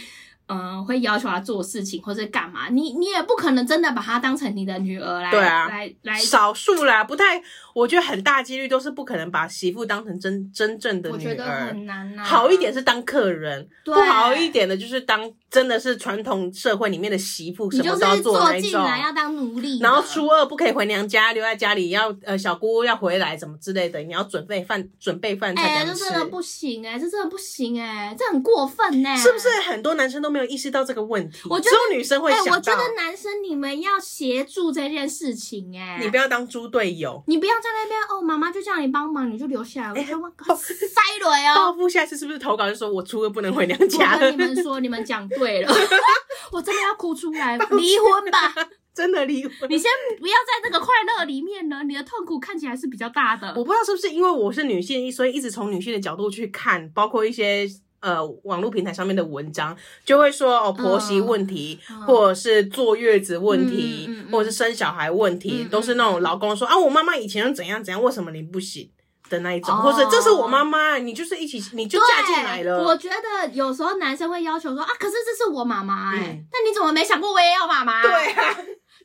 [SPEAKER 1] 嗯，会要求她做事情或者干嘛，你你也不可能真的把她当成你的女儿来，
[SPEAKER 2] 对啊
[SPEAKER 1] 来来
[SPEAKER 2] 少数啦，不太，我觉得很大几率都是不可能把媳妇当成真真正的
[SPEAKER 1] 我
[SPEAKER 2] 女
[SPEAKER 1] 觉得
[SPEAKER 2] 儿。
[SPEAKER 1] 很难呐、
[SPEAKER 2] 好一点是当客人，
[SPEAKER 1] 对
[SPEAKER 2] 不好一点的就是当真的是传统社会里面的媳妇，
[SPEAKER 1] 你
[SPEAKER 2] 什
[SPEAKER 1] 就
[SPEAKER 2] 么
[SPEAKER 1] 是
[SPEAKER 2] 都要做
[SPEAKER 1] 坐
[SPEAKER 2] 那一
[SPEAKER 1] 进
[SPEAKER 2] 种。
[SPEAKER 1] 来要当奴隶的，
[SPEAKER 2] 然后初二不可以回娘家，留在家里要呃小姑要回来怎么之类的，你要准备饭准备饭菜
[SPEAKER 1] 哎、这
[SPEAKER 2] 给他们吃。
[SPEAKER 1] 真的不行哎、这真的不行哎、这很过分哎、
[SPEAKER 2] 是不是？很多男生都没有意识到这个问题？
[SPEAKER 1] 我觉
[SPEAKER 2] 只
[SPEAKER 1] 得
[SPEAKER 2] 有女生会
[SPEAKER 1] 哎、
[SPEAKER 2] 想到。
[SPEAKER 1] 我觉得男生你们要协助这件事情哎、
[SPEAKER 2] 你不要当猪队友。
[SPEAKER 1] 你不要在那边哦，妈妈就叫你帮忙，你就留下来，
[SPEAKER 2] 哎
[SPEAKER 1] 我就我靠
[SPEAKER 2] 报
[SPEAKER 1] 塞蕊哦
[SPEAKER 2] 报。复下次是不是投稿就说我初二不能回娘家
[SPEAKER 1] 我
[SPEAKER 2] 了
[SPEAKER 1] 跟你？们说，你们讲对了， 我真的要哭出来，离婚吧！
[SPEAKER 2] 真的离婚。
[SPEAKER 1] 你先不要在这个快乐里面呢，你的痛苦看起来是比较大的。
[SPEAKER 2] 我不知道是不是因为我是女性，所以一直从女性的角度去看，包括一些呃网络平台上面的文章，就会说哦婆媳问题，
[SPEAKER 1] 嗯
[SPEAKER 2] 或者是坐月子问题，
[SPEAKER 1] 嗯嗯嗯
[SPEAKER 2] 或者是生小孩问题，
[SPEAKER 1] 嗯嗯
[SPEAKER 2] 都是那种老公说啊我妈妈以前又怎样怎样，为什么你不行的那一种，
[SPEAKER 1] 哦
[SPEAKER 2] 或者这是我妈妈，你就是一起你就嫁进来
[SPEAKER 1] 对我
[SPEAKER 2] 了。
[SPEAKER 1] 觉得有时候男生会要求说啊，可是这是我妈妈哎、
[SPEAKER 2] 嗯
[SPEAKER 1] 但你怎么没想过我也要妈妈？
[SPEAKER 2] 对啊，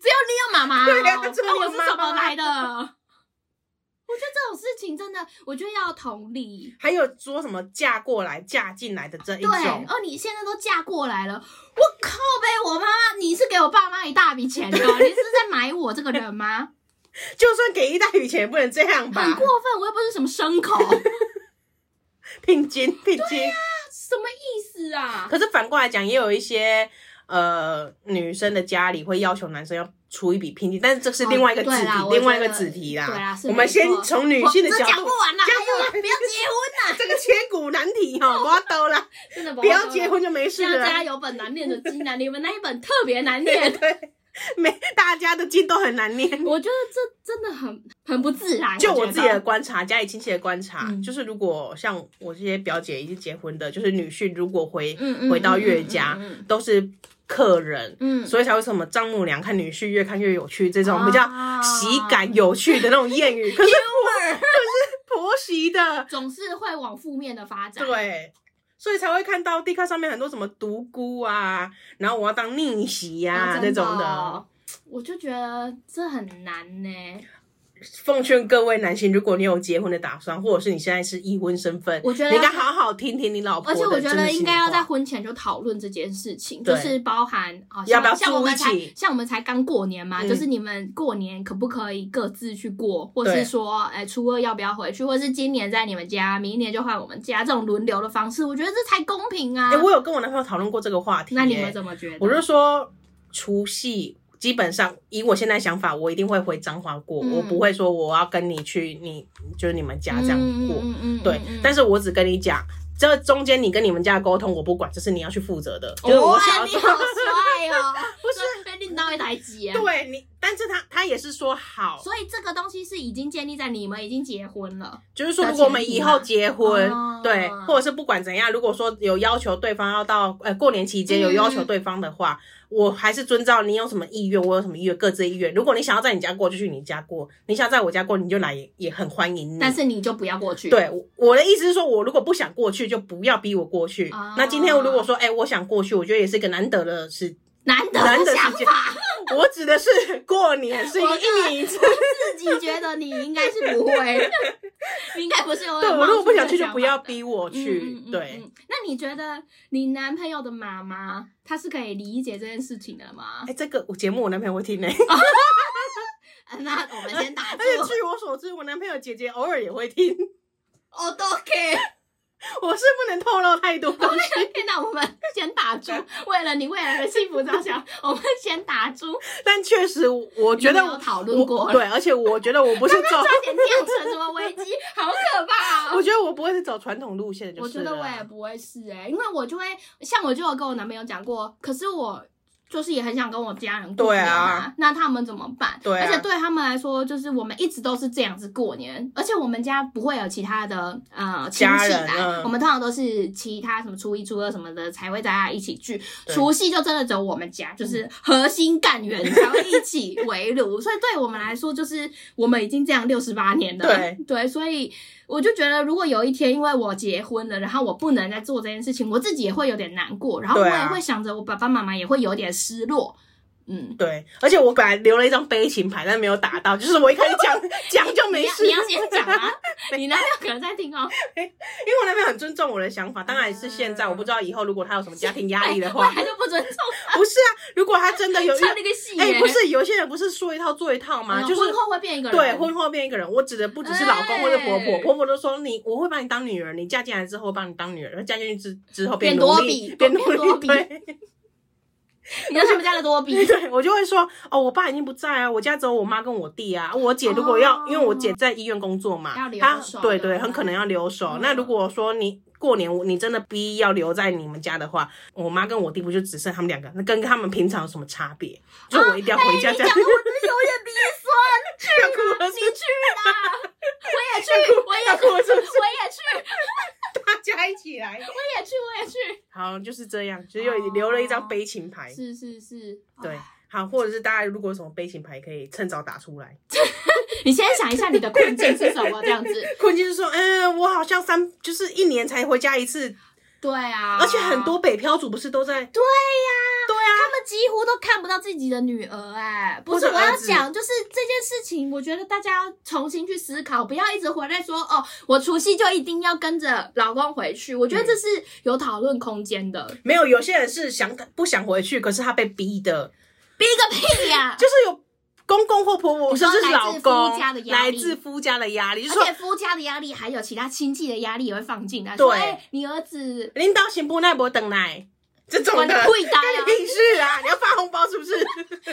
[SPEAKER 1] 只有你有妈妈、哦，
[SPEAKER 2] 对啊
[SPEAKER 1] 那、
[SPEAKER 2] 只有你有
[SPEAKER 1] 我是怎
[SPEAKER 2] 妈
[SPEAKER 1] 么
[SPEAKER 2] 妈
[SPEAKER 1] 来的？我觉得这种事情真的，我觉得要同理。
[SPEAKER 2] 还有说什么嫁过来、嫁进来的这一
[SPEAKER 1] 对，
[SPEAKER 2] 种，
[SPEAKER 1] 哦，你现在都嫁过来了，我靠呗！我妈妈，你是给我爸妈一大笔 钱的，你是在买我这个人吗？
[SPEAKER 2] 就算给一大笔钱也不能这样
[SPEAKER 1] 很
[SPEAKER 2] 吧
[SPEAKER 1] 过？分，我又不是什么牲口，
[SPEAKER 2] 聘金，聘金。
[SPEAKER 1] 什么意思啊？
[SPEAKER 2] 可是反过来讲，也有一些呃女生的家里会要求男生要出一笔聘金，但是这是另外一个
[SPEAKER 1] 哦
[SPEAKER 2] 子
[SPEAKER 1] 对
[SPEAKER 2] 题，
[SPEAKER 1] 啦我
[SPEAKER 2] 另外一
[SPEAKER 1] 觉
[SPEAKER 2] 个
[SPEAKER 1] 得
[SPEAKER 2] 子题啦。
[SPEAKER 1] 对啦是
[SPEAKER 2] 我
[SPEAKER 1] 没
[SPEAKER 2] 们先
[SPEAKER 1] 错
[SPEAKER 2] 从女性的
[SPEAKER 1] 我这
[SPEAKER 2] 角
[SPEAKER 1] 讲
[SPEAKER 2] 度
[SPEAKER 1] 不，完了，
[SPEAKER 2] 讲
[SPEAKER 1] 还有不要结婚呐、
[SPEAKER 2] 这个千古难题哈，我要兜了，
[SPEAKER 1] 真的
[SPEAKER 2] 不要结婚就没事
[SPEAKER 1] 像大家
[SPEAKER 2] 了。
[SPEAKER 1] 有本难念的经啊，你们那一本特别难
[SPEAKER 2] 对
[SPEAKER 1] 念。
[SPEAKER 2] 对，每大家的经都很难念。
[SPEAKER 1] 我觉得这真的很很不自然。
[SPEAKER 2] 就
[SPEAKER 1] 我
[SPEAKER 2] 我
[SPEAKER 1] 觉
[SPEAKER 2] 自
[SPEAKER 1] 得
[SPEAKER 2] 己的观察，家里亲戚的观察，
[SPEAKER 1] 嗯
[SPEAKER 2] 就是如果像我这些表姐已经结婚的，就是女婿如果回、
[SPEAKER 1] 嗯嗯
[SPEAKER 2] 回到岳家，
[SPEAKER 1] 嗯嗯嗯
[SPEAKER 2] 都是客人，
[SPEAKER 1] 嗯
[SPEAKER 2] 所以才会什么丈母娘看女婿越看越有趣这种
[SPEAKER 1] 啊
[SPEAKER 2] 比较喜感有趣的那种谚语。可是婆可是婆媳的，
[SPEAKER 1] 总是会往负面的发展。
[SPEAKER 2] 对，所以才会看到地卡上面很多什么独孤啊，然后我要当逆袭呀、
[SPEAKER 1] 啊
[SPEAKER 2] 啊、
[SPEAKER 1] 真
[SPEAKER 2] 那种的
[SPEAKER 1] 的。，我就觉得这很难呢、
[SPEAKER 2] 奉劝各位男性，如果你有结婚的打算，或者是你现在是已婚身份，
[SPEAKER 1] 我觉得
[SPEAKER 2] 你应该好好听听你老婆
[SPEAKER 1] 而且
[SPEAKER 2] 的真
[SPEAKER 1] 我
[SPEAKER 2] 的心里
[SPEAKER 1] 觉
[SPEAKER 2] 话。
[SPEAKER 1] 得应该要在婚前就讨论这件事情，就
[SPEAKER 2] 对
[SPEAKER 1] 是包含好
[SPEAKER 2] 要不要
[SPEAKER 1] 像我们
[SPEAKER 2] 住一
[SPEAKER 1] 才
[SPEAKER 2] 起
[SPEAKER 1] 像我们才刚过年嘛，
[SPEAKER 2] 嗯
[SPEAKER 1] 就是你们过年可不可以各自去过，或是
[SPEAKER 2] 对
[SPEAKER 1] 说哎初二要不要回去，或是今年在你们家，明年就换我们家这种轮流的方式，我觉得这才公平啊
[SPEAKER 2] 哎、。我有跟我男朋友讨论过这个话题、
[SPEAKER 1] 那你
[SPEAKER 2] 哎
[SPEAKER 1] 们怎么觉得？
[SPEAKER 2] 我就说除夕基本上以我现在想法，我一定会回彰化过，
[SPEAKER 1] 嗯
[SPEAKER 2] 我不会说我要跟你去你就是你们家这样过，
[SPEAKER 1] 嗯嗯嗯嗯
[SPEAKER 2] 对。
[SPEAKER 1] 嗯嗯
[SPEAKER 2] 但是我只跟你讲，这中间你跟你们家的沟通我不管，这是你要去负责的，
[SPEAKER 1] 哦
[SPEAKER 2] 就是我想要
[SPEAKER 1] 你
[SPEAKER 2] 做。
[SPEAKER 1] 好帅 哦，不是被拎到一台机啊。
[SPEAKER 2] 对你，但是他他也是说好，
[SPEAKER 1] 所以这个东西是已经建立在你们已经结婚了，
[SPEAKER 2] 就是说如果我们以后结婚，
[SPEAKER 1] 哦
[SPEAKER 2] 对，或者是不管怎样，如果说有要求对方要到呃过年期间有要求对方的话，我还是遵照你有什么意愿，我有什么意愿，各自的意愿。如果你想要在你家过，就去你家过；你想要在我家过，你就来，也也很欢迎你。
[SPEAKER 1] 但是你就不要过去。
[SPEAKER 2] 嗯对，我我的意思是说，我如果不想过去，就不要逼我过去。
[SPEAKER 1] 哦
[SPEAKER 2] 那今天如果说，哎、我想过去，我觉得也是一个难得的事。
[SPEAKER 1] 难得
[SPEAKER 2] 难
[SPEAKER 1] 的
[SPEAKER 2] 得
[SPEAKER 1] 想
[SPEAKER 2] 是这
[SPEAKER 1] 法，
[SPEAKER 2] 我指的是过年，是一
[SPEAKER 1] 我
[SPEAKER 2] 个
[SPEAKER 1] 知
[SPEAKER 2] 一年一次。
[SPEAKER 1] 自己觉得你应该是不会， 你应该不是有
[SPEAKER 2] 对，我如果不想去，就不要
[SPEAKER 1] 逼
[SPEAKER 2] 逼我
[SPEAKER 1] 嗯
[SPEAKER 2] 去。对，
[SPEAKER 1] 那你觉得你男朋友的妈妈，她是可以理解这件事情的吗
[SPEAKER 2] 哎、？这个我节目我男朋友会听呢、
[SPEAKER 1] 啊 呃那我们先打
[SPEAKER 2] 而
[SPEAKER 1] 住
[SPEAKER 2] 且据我所知，我男朋友姐姐偶尔也会听。
[SPEAKER 1] 哦，都 OK。
[SPEAKER 2] 我是不能透露太多
[SPEAKER 1] 哦
[SPEAKER 2] 东西。
[SPEAKER 1] 天哪，我们先打住，为了你未来的幸福着想，我们先打住。
[SPEAKER 2] 但确实，我觉得
[SPEAKER 1] 你们有
[SPEAKER 2] 我
[SPEAKER 1] 讨论过
[SPEAKER 2] 我对，而且我觉得我不是走，
[SPEAKER 1] 差点酿成什么危机，好可怕、
[SPEAKER 2] 我
[SPEAKER 1] 哦！
[SPEAKER 2] 觉得我不会是走传统路线的，就
[SPEAKER 1] 我
[SPEAKER 2] 是
[SPEAKER 1] 觉得
[SPEAKER 2] 了啊
[SPEAKER 1] 我也不会是哎、因为我就会像我就有跟我男朋友讲过，可是我就是也很想跟我家人过
[SPEAKER 2] 对
[SPEAKER 1] 年
[SPEAKER 2] 啊
[SPEAKER 1] 那他们怎么办？
[SPEAKER 2] 对啊
[SPEAKER 1] 而且对他们来说，就是我们一直都是这样子过年，而且我们家不会有其他的呃亲
[SPEAKER 2] 家
[SPEAKER 1] 戚
[SPEAKER 2] 人
[SPEAKER 1] 来、
[SPEAKER 2] 嗯
[SPEAKER 1] 我们通常都是其他什么初一、初二什么的才会大家一起聚，
[SPEAKER 2] 对
[SPEAKER 1] 除夕就真的只有我们家，就是核心干员才会一起围炉，所以对我们来说，就是我们已经这样六十八年了。
[SPEAKER 2] 对
[SPEAKER 1] 所以我就觉得，如果有一天因为我结婚了，然后我不能再做这件事情，我自己也会有点难过，然后我
[SPEAKER 2] 对
[SPEAKER 1] 也
[SPEAKER 2] 啊
[SPEAKER 1] 会想着我爸爸妈妈也会有点失落。嗯，
[SPEAKER 2] 对，而且我本来留了一张悲情牌，但没有打到，就是我一开始 讲讲就没事，
[SPEAKER 1] 你要你要先讲 啊，你男朋友可能在听哦。
[SPEAKER 2] 因为我男朋友很尊重我的想法，当然是现在，
[SPEAKER 1] 嗯
[SPEAKER 2] 我不知道以后如果他有什么家庭压力的
[SPEAKER 1] 未
[SPEAKER 2] 话，
[SPEAKER 1] 来就不尊重，
[SPEAKER 2] 不是啊，如果他真的有，
[SPEAKER 1] 穿那个戏耶、
[SPEAKER 2] 哎，不是有些人不是说一套做一套吗？
[SPEAKER 1] 嗯
[SPEAKER 2] 就是
[SPEAKER 1] 婚后会变一个人，
[SPEAKER 2] 对婚后变一个人，我指的不只是老公或者婆婆，
[SPEAKER 1] 哎
[SPEAKER 2] 婆婆都说你我会把你当女儿，你嫁进来之后我把你当女儿，嫁进去之之后
[SPEAKER 1] 变
[SPEAKER 2] 奴
[SPEAKER 1] 多
[SPEAKER 2] 隶，
[SPEAKER 1] 比
[SPEAKER 2] 变
[SPEAKER 1] 变
[SPEAKER 2] 奴
[SPEAKER 1] 多
[SPEAKER 2] 隶，
[SPEAKER 1] 比
[SPEAKER 2] 对。
[SPEAKER 1] 你知道他们家的 多比，
[SPEAKER 2] 对我就会说，哦，我爸已经不在啊，我家只有我妈跟我弟啊。我姐如果要，
[SPEAKER 1] 哦
[SPEAKER 2] 因为我姐在医院工作嘛
[SPEAKER 1] 要，留
[SPEAKER 2] 她
[SPEAKER 1] 守
[SPEAKER 2] 对
[SPEAKER 1] 的
[SPEAKER 2] 对，很
[SPEAKER 1] 话
[SPEAKER 2] 可能要留守。
[SPEAKER 1] 嗯
[SPEAKER 2] 那如果说你过年你真的逼要留在你们家的话，我妈跟我弟不就只剩他们两个？那跟他们平常有什么差别？就我一定要回家
[SPEAKER 1] 哎你
[SPEAKER 2] 这
[SPEAKER 1] 讲
[SPEAKER 2] 样
[SPEAKER 1] 的，我真是有点鼻酸。
[SPEAKER 2] 要哭了，
[SPEAKER 1] 你去啦！我 也去，我也
[SPEAKER 2] 要
[SPEAKER 1] 去，
[SPEAKER 2] 哭
[SPEAKER 1] 我
[SPEAKER 2] 了，
[SPEAKER 1] 也
[SPEAKER 2] 是 不
[SPEAKER 1] 去，
[SPEAKER 2] 是？
[SPEAKER 1] 我
[SPEAKER 2] 大家一 起来。
[SPEAKER 1] 也去，我也去。
[SPEAKER 2] 好，就是这样，只有留了一张悲情 牌。
[SPEAKER 1] 哦是是是，
[SPEAKER 2] 对
[SPEAKER 1] 哎。
[SPEAKER 2] 好，或者是大家如果有什么悲情牌，可以趁早打出来。
[SPEAKER 1] 你先想一下你的困境是什么，这样子。
[SPEAKER 2] 困境是说，嗯，我好像三就是一年才回家一次，
[SPEAKER 1] 对啊，
[SPEAKER 2] 而且很多北漂族不是都在
[SPEAKER 1] 对呀、
[SPEAKER 2] 对啊，
[SPEAKER 1] 他们几乎都看不到自己的女儿哎、不
[SPEAKER 2] 或
[SPEAKER 1] 是
[SPEAKER 2] 者
[SPEAKER 1] 我要
[SPEAKER 2] 儿子
[SPEAKER 1] 讲，就是这件事情，我觉得大家要重新去思考，不要一直活在说哦，我除夕就一定要跟着老公回去。我觉得
[SPEAKER 2] 嗯
[SPEAKER 1] 这是有讨论空间的，
[SPEAKER 2] 没有有些人是想不想回去，可是他被逼的，
[SPEAKER 1] 逼个屁呀、
[SPEAKER 2] 就是有公公或婆婆，
[SPEAKER 1] 你说
[SPEAKER 2] 就是老公
[SPEAKER 1] 来自夫家的压
[SPEAKER 2] 来
[SPEAKER 1] 力
[SPEAKER 2] 自夫家的压力，就是
[SPEAKER 1] 而
[SPEAKER 2] 说
[SPEAKER 1] 且夫家的压力，还有其他亲戚的压力也会放进来，
[SPEAKER 2] 对
[SPEAKER 1] 说哎你儿子
[SPEAKER 2] 领导行不耐不等来这种
[SPEAKER 1] 管
[SPEAKER 2] 的
[SPEAKER 1] 你，屁呆
[SPEAKER 2] 干
[SPEAKER 1] 啊
[SPEAKER 2] 你！屁 事啊！你要发红包是不是？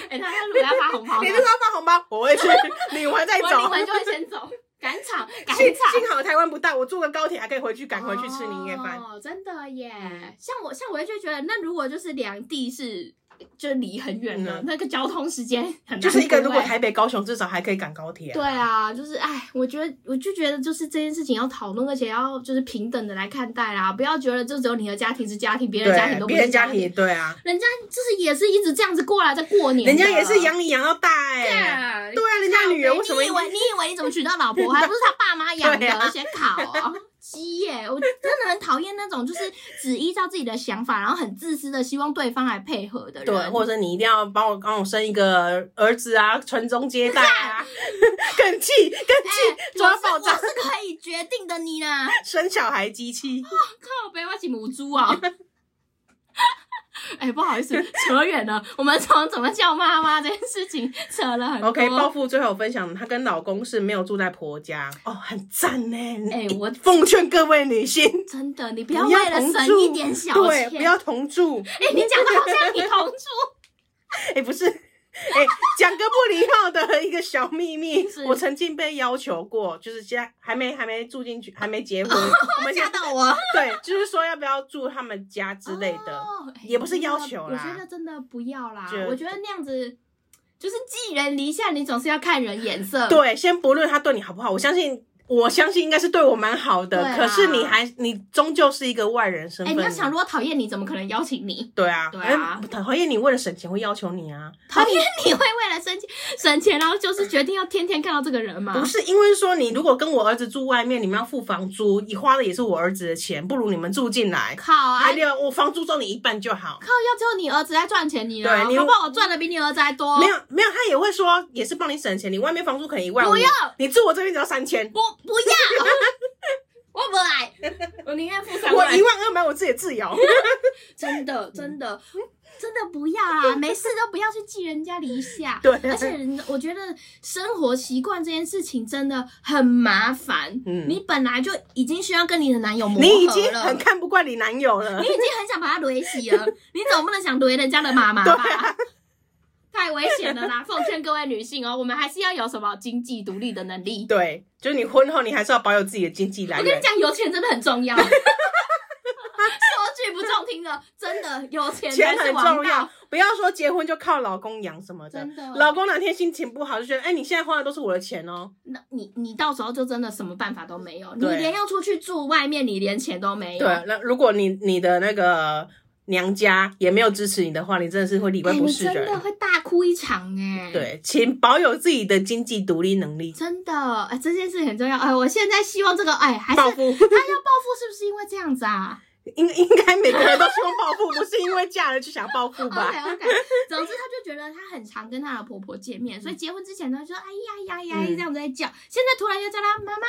[SPEAKER 1] 哎、他他如果要发红包呢，
[SPEAKER 2] 你就是要发红包，我会去领完再
[SPEAKER 1] 我
[SPEAKER 2] 走。
[SPEAKER 1] 领完就会先走，赶场赶
[SPEAKER 2] 幸
[SPEAKER 1] 场。
[SPEAKER 2] 幸好台湾不大，我坐个高铁还可以回去，赶回去吃年夜饭。嗯
[SPEAKER 1] 哦，真的耶！像我，像我就觉得，那如果就是两地是就离很远的，
[SPEAKER 2] 嗯
[SPEAKER 1] 那个交通时间很难
[SPEAKER 2] 就是一个，
[SPEAKER 1] 估
[SPEAKER 2] 如果
[SPEAKER 1] 哎
[SPEAKER 2] 台北、高雄，至少还可以赶高铁啊、
[SPEAKER 1] 对啊，就是哎，我觉得我就觉得就是这件事情要讨论，而且要就是平等的来看待啦，不要觉得就只有你的家庭是家庭，别人家庭
[SPEAKER 2] 对，啊
[SPEAKER 1] 都不
[SPEAKER 2] 别
[SPEAKER 1] 是
[SPEAKER 2] 人
[SPEAKER 1] 家
[SPEAKER 2] 家庭也对啊，
[SPEAKER 1] 人家就是也是一直这样子过来，在过年的，
[SPEAKER 2] 人家也是养你养到大哎、
[SPEAKER 1] 对
[SPEAKER 2] 对啊，人家女儿为什么
[SPEAKER 1] 你以为你以为你怎么娶到老 婆，还不是他爸妈养的，
[SPEAKER 2] 对啊
[SPEAKER 1] 而且考啊。鸡耶、我真的很讨厌那种就是只依照自己的想法，然后很自私的希望对方来配合的人。哎
[SPEAKER 2] 对，或者你一定要帮我帮我生一个儿子啊，传宗接 代啊，更气更气，
[SPEAKER 1] 哎，
[SPEAKER 2] 抓
[SPEAKER 1] 我是
[SPEAKER 2] 爆
[SPEAKER 1] 我
[SPEAKER 2] 炸，
[SPEAKER 1] 是可以决定的你啦。
[SPEAKER 2] 生小孩机器，
[SPEAKER 1] 哦靠北，我起母猪啊！
[SPEAKER 2] 哦
[SPEAKER 1] 哎、不好意思，扯远了。我们从怎么叫妈妈这件事情扯了很多。
[SPEAKER 2] OK，报复最后分享，她跟老公是没有住在婆家，哦，很赞呢。
[SPEAKER 1] 哎、我
[SPEAKER 2] 奉劝各位女性，
[SPEAKER 1] 真的，你不
[SPEAKER 2] 不
[SPEAKER 1] 要为了
[SPEAKER 2] 同
[SPEAKER 1] 省
[SPEAKER 2] 住
[SPEAKER 1] 一点小
[SPEAKER 2] 对，
[SPEAKER 1] 钱，
[SPEAKER 2] 不要同住。
[SPEAKER 1] 哎、你讲的好像你同 住。
[SPEAKER 2] 哎，不是，哎，讲个不礼貌的一个小秘密
[SPEAKER 1] 是，
[SPEAKER 2] 我曾经被要求过，就是现在还没还没住进去，还没 结婚，我们现
[SPEAKER 1] 吓
[SPEAKER 2] 在
[SPEAKER 1] 到我
[SPEAKER 2] 对，就是说要不要住他们家之类的。
[SPEAKER 1] 哦哎
[SPEAKER 2] 也不是要求啦
[SPEAKER 1] 我觉得真的不要啦
[SPEAKER 2] 就，
[SPEAKER 1] 我觉得那样子就是寄人篱下，你总是要看人眼色。
[SPEAKER 2] 对，先不论他对你好不好，我相信，我相信应该是对我蛮好的。
[SPEAKER 1] 对啊
[SPEAKER 2] 可是你还，你终究是一个外人身
[SPEAKER 1] 哎，
[SPEAKER 2] 份。
[SPEAKER 1] 你要想，如果讨厌你，怎么可能邀请你？
[SPEAKER 2] 对啊，
[SPEAKER 1] 对啊
[SPEAKER 2] 哎讨厌你为了省钱会要求你啊，
[SPEAKER 1] 讨厌你会为了省钱省钱，然后就是决定要天天看到这个人吗
[SPEAKER 2] 不？是因为说你如果跟我儿子住外面，你们要付房租，你花的也是我儿子的钱，不如你们住进来，
[SPEAKER 1] 靠啊！
[SPEAKER 2] 还有我房租收你一半就好。
[SPEAKER 1] 靠，要只有你儿子在赚钱，你呢？
[SPEAKER 2] 对你
[SPEAKER 1] 搞不好我赚的比你儿子还多。
[SPEAKER 2] 没有没有，他也会说也是帮你省钱，你外面房租可能一万五
[SPEAKER 1] 不要，
[SPEAKER 2] 你住我这边只要三千，
[SPEAKER 1] 不不要，我不来，我宁愿付三
[SPEAKER 2] 我
[SPEAKER 1] 万
[SPEAKER 2] 一。万二买我自己的自由。
[SPEAKER 1] 真的真的，真的不要 啦，没事都不要去记人家篱下。
[SPEAKER 2] 对
[SPEAKER 1] 而 且人我觉得生活习惯这件事情真的很麻烦。
[SPEAKER 2] 嗯
[SPEAKER 1] 你本来就已经需要跟你的男友磨合了，
[SPEAKER 2] 你已经很看不惯你男友了
[SPEAKER 1] 你已。经很想把他怼洗了，你总不能想怼人家的妈妈吧？
[SPEAKER 2] 对啊
[SPEAKER 1] 太危险了啦！奉劝各位女性哦，我们还是要有什么经济独立的能力。
[SPEAKER 2] 对，就是你婚后你还是要保有自己的经济来
[SPEAKER 1] 我跟
[SPEAKER 2] 源
[SPEAKER 1] 你。讲，有钱真的很重要。 说句不中听的，真的有钱才
[SPEAKER 2] 钱
[SPEAKER 1] 是
[SPEAKER 2] 很
[SPEAKER 1] 王道
[SPEAKER 2] 重要，不要说结婚就靠老公养什么的
[SPEAKER 1] 真。的
[SPEAKER 2] 老公哪天心情不好就觉得，哎、你现在花的都是我的钱哦。
[SPEAKER 1] 那你你到时候就真的什么办法都没有，你
[SPEAKER 2] 对
[SPEAKER 1] 连要出去住外面，你连钱都没有。
[SPEAKER 2] 对，那如果你你的那个娘家也没有支持你的话，你真的是会里外
[SPEAKER 1] 哎，
[SPEAKER 2] 不
[SPEAKER 1] 你
[SPEAKER 2] 是
[SPEAKER 1] 真
[SPEAKER 2] 人。
[SPEAKER 1] 的会大哭一场哎、，
[SPEAKER 2] 对，请保有自己的经济独立能 力。
[SPEAKER 1] 真的哎，这件事很重要哎。我现在希望这个哎，还是
[SPEAKER 2] 报
[SPEAKER 1] 他要报
[SPEAKER 2] 复，
[SPEAKER 1] 复，是不是因为这样子啊？
[SPEAKER 2] 应应该每个人都希望报复，不是因为嫁了就想报复吧？
[SPEAKER 1] OK OK，总之她就觉得她很常跟她的婆婆见面，所以结婚之前呢就哎呀呀呀
[SPEAKER 2] 嗯
[SPEAKER 1] 这样子在叫，现在突然又叫她妈妈，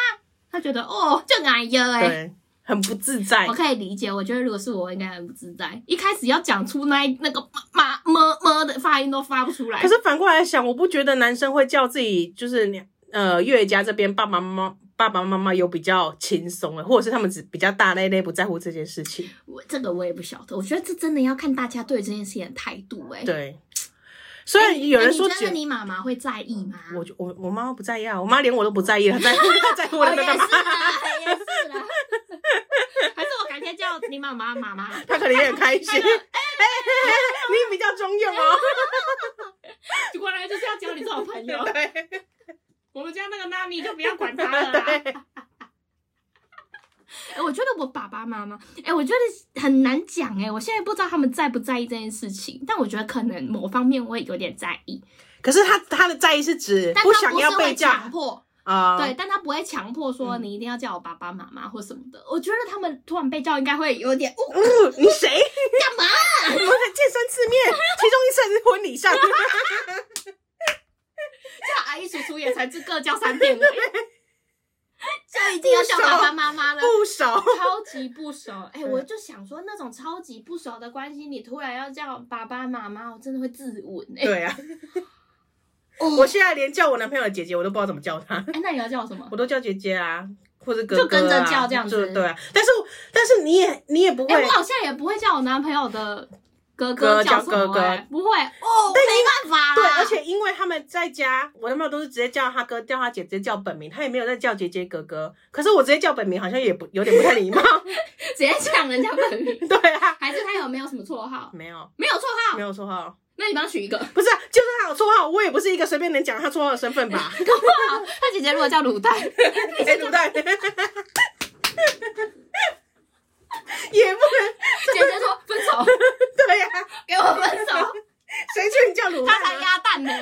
[SPEAKER 1] 她觉得哦就哎呀 哎。
[SPEAKER 2] 对，很不自在
[SPEAKER 1] 我。可以理解，我觉得如果是我，我应该很不自在。一开始要讲出那一那个妈妈么的发音都发不出来
[SPEAKER 2] 可，是反过来想，我不觉得男生会叫自己就是娘呃岳家这边爸爸妈妈。爸爸妈妈有比较轻松的，或者是他们只比较大咧咧，不在乎这件事情。
[SPEAKER 1] 我这个我也不晓得。我觉得这真的要看大家对这件事情的态度、哎，
[SPEAKER 2] 对，虽然有人说
[SPEAKER 1] 哎你觉
[SPEAKER 2] 结
[SPEAKER 1] 得你妈妈会在意吗？
[SPEAKER 2] 我就我我妈不在意啊，我妈连我都不在意，她在乎她在乎我
[SPEAKER 1] 哦
[SPEAKER 2] 在
[SPEAKER 1] 也
[SPEAKER 2] 干
[SPEAKER 1] 是
[SPEAKER 2] 嘛？
[SPEAKER 1] 啦，也是啦。还是我改天叫你妈妈妈 妈。
[SPEAKER 2] 她可能也很开心。
[SPEAKER 1] 哎
[SPEAKER 2] 哎、你比较中用哦。
[SPEAKER 1] 果然就是要交你这种朋友。
[SPEAKER 2] 对
[SPEAKER 1] 我们家那个妈咪就不要管他了啦。哎、
[SPEAKER 2] 对
[SPEAKER 1] 我觉得我爸爸妈妈，哎、我觉得很难讲哎、我现在不知道他们在不在意这件事情，但我觉得可能某方面我也有点在意，
[SPEAKER 2] 可是她她的在意是指
[SPEAKER 1] 但他
[SPEAKER 2] 想
[SPEAKER 1] 是
[SPEAKER 2] 要
[SPEAKER 1] 会
[SPEAKER 2] 被叫
[SPEAKER 1] 强迫，
[SPEAKER 2] 啊、
[SPEAKER 1] 对，但他不会强迫说
[SPEAKER 2] 嗯
[SPEAKER 1] 你一定要叫我爸爸妈妈或什么的。我觉得他们突然被叫，应该会有点，哦，
[SPEAKER 2] 嗯你谁？
[SPEAKER 1] 干嘛？
[SPEAKER 2] 我们在见三次面，其中一次还是婚礼上。
[SPEAKER 1] 叫阿姨叔叔也才是各叫三遍而已，就已经要叫爸爸妈妈了。
[SPEAKER 2] 不熟。
[SPEAKER 1] 超级不熟，哎、我就想说，那种超级不熟的关系，你突然要叫爸爸妈妈，我真的会自刎哎、
[SPEAKER 2] 对啊，
[SPEAKER 1] 哦
[SPEAKER 2] 我现在连叫我男朋友的姐姐，我都不知道怎么叫她，
[SPEAKER 1] 哎、那你要叫我什么？
[SPEAKER 2] 我都叫姐姐啊，或者哥哥、啊、
[SPEAKER 1] 就跟着叫这样子
[SPEAKER 2] 就对啊，但是但是你也你也不会，
[SPEAKER 1] 哎、我好像也不会叫我男朋友的哥
[SPEAKER 2] 哥
[SPEAKER 1] 叫
[SPEAKER 2] 叫
[SPEAKER 1] 什么、哎
[SPEAKER 2] 哥哥
[SPEAKER 1] 不会哦，没办法啦。
[SPEAKER 2] 对，而且因为他们在家，我男朋友都是直接叫他哥、叫他姐，直接叫本名，他也没有在叫姐姐哥哥。可是我直接叫本名，好像也不有点不太 礼貌。
[SPEAKER 1] 直接抢人家本名，
[SPEAKER 2] 对啊，
[SPEAKER 1] 还是他有没有什么绰号？
[SPEAKER 2] 没有
[SPEAKER 1] 没有绰号
[SPEAKER 2] 没，有绰号，
[SPEAKER 1] 那你帮他取一个。
[SPEAKER 2] 不是、啊，就是他有绰号，我也不是一个随便能讲他绰号的身份 吧？
[SPEAKER 1] 搞不好他 姐姐如果叫卤蛋，
[SPEAKER 2] 哎、对不对？ 也不能，
[SPEAKER 1] 姐姐说分手，
[SPEAKER 2] 对呀、啊，
[SPEAKER 1] 给我分手。
[SPEAKER 2] 谁劝你叫卤
[SPEAKER 1] 他才
[SPEAKER 2] 蛋、啊？
[SPEAKER 1] 鸭蛋 呢、